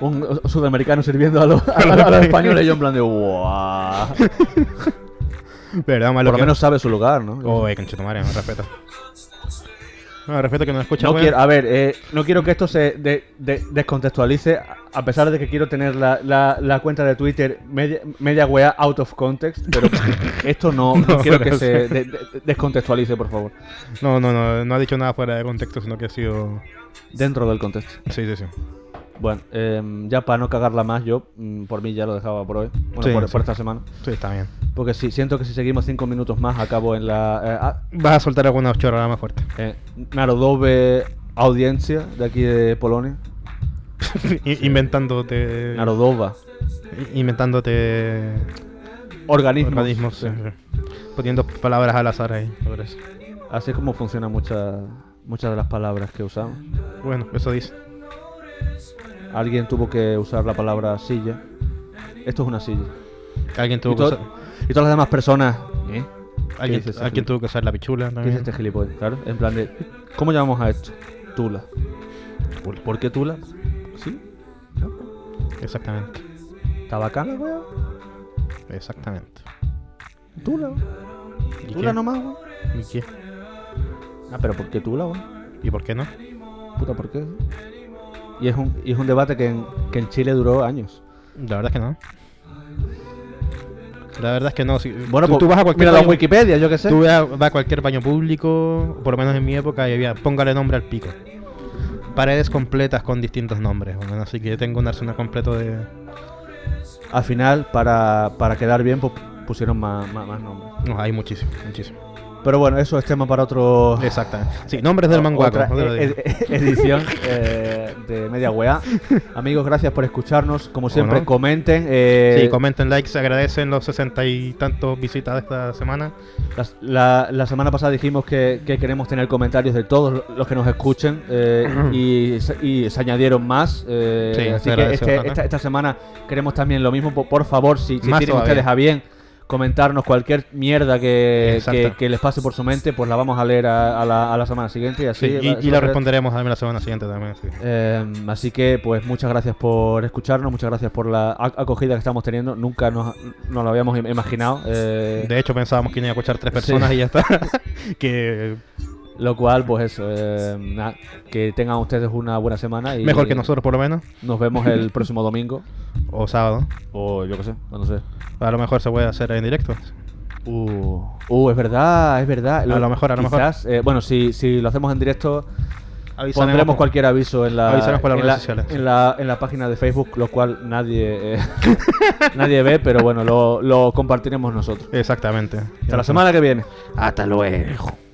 Un sudamericano sirviendo a los, a los- a los españoles y yo en plan de... ¡Wow! Verdad, Por malo lo que- menos sabe su lugar, ¿no? Oh, eh, conchetumare, me respeto. No, respeto que no escucha. No weón. quiero, a ver, eh, no quiero que esto se de- de- descontextualice, a- a pesar de que quiero tener la, la- la cuenta de Twitter media, media wea out of context, pero esto no, no No, quiero pero que se sí. de- de- descontextualice, por favor. No, no, no, no ha dicho nada fuera de contexto, sino que ha sido. Dentro del contexto. Sí, sí, sí. Bueno, em, ya para no cagarla más, yo mm, por mí ya lo dejaba por hoy, bueno, Sí, por, sí. por esta semana. Sí, está bien. Porque sí, siento que si seguimos cinco minutos más, acabo en la... eh, ah, Vas a soltar alguna chorrada más fuerte. eh, Narodobe audiencia de aquí de Polonia. I- Inventándote. Narodowa. i- Inventándote. Organismos. Organismos. sí, sí. Poniendo palabras al azar ahí. sobre eso. Así es como funcionan muchas muchas de las palabras que usamos. Bueno, eso dice. Alguien tuvo que usar la palabra silla. Esto es una silla. Alguien Y, tuvo que to- usar. y todas las demás personas. ¿Eh? Alguien, dice ese alguien gilip- tuvo que usar la pichula ¿Qué es también. este gilipollas? Claro, en plan de. ¿Cómo llamamos a esto? Tula. ¿Por qué Tula? Sí, Exactamente. está bacana, weón. Exactamente. Tula. ¿Y Tula qué? nomás, weón. ¿Y qué? Ah, pero ¿por qué Tula, weón? ¿Y por qué no? Puta, ¿por qué? Y es un, y es un debate que en, que en Chile duró años. La verdad es que no. La verdad es que no. si- Bueno, tú, pues. tú vas a cualquier míralo en baño- Wikipedia, yo qué sé. Tú vas vas a cualquier baño público, por lo menos en mi época, y había, póngale nombre al pico. Paredes completas con distintos nombres, bueno, así que tengo un arsenal completo de... Al final, para, para quedar bien, pues, pusieron más, más, más nombres. No, hay muchísimo, muchísimo. Pero bueno, eso es tema para otro. Exactamente. Sí, nombres Eh, del manguaco. Oh. otra no te lo digo. e- e- edición eh, de Media Wea. Amigos, gracias por escucharnos. Como siempre, no? comenten. eh, sí, comenten, like, se agradecen los sesenta y tantos visitas de esta semana. las- la, la semana pasada dijimos que, que queremos tener comentarios de todos los que nos escuchen eh, y, se- y se añadieron más. eh, Sí, así se que agradece este- bastante. esta, esta semana queremos también lo mismo. Por, por favor, si, si Más tienen todavía. ustedes a bien comentarnos cualquier mierda que, Exacto. que- que les pase por su mente, pues la vamos a leer a, a la, a la semana siguiente. Y, así Sí, va- y, y va a la ser- responderemos también la semana siguiente también. sí. Eh, así que, pues, muchas gracias por escucharnos, muchas gracias por la ac- acogida que estamos teniendo. Nunca nos, nos lo habíamos im- imaginado. eh, De hecho, pensábamos que iban a escuchar tres personas Sí. y ya está. que Lo cual, pues, eso. eh, nada, que tengan ustedes una buena semana y mejor que nosotros, por lo menos. Nos vemos el próximo domingo. O sábado. O yo qué sé, no sé. A lo mejor se puede hacer en directo. Uh, uh, es verdad, es verdad. lo mejor, a lo mejor. quizás, eh, bueno, si, si lo hacemos en directo, Avisaremos pondremos por- cualquier aviso en la, Avisaremos por las en, redes la, sociales, sí. en, la, en la página de Facebook, lo cual nadie, eh, nadie ve, pero bueno, lo, lo compartiremos nosotros. Exactamente. Hasta la semana que viene. Hasta luego.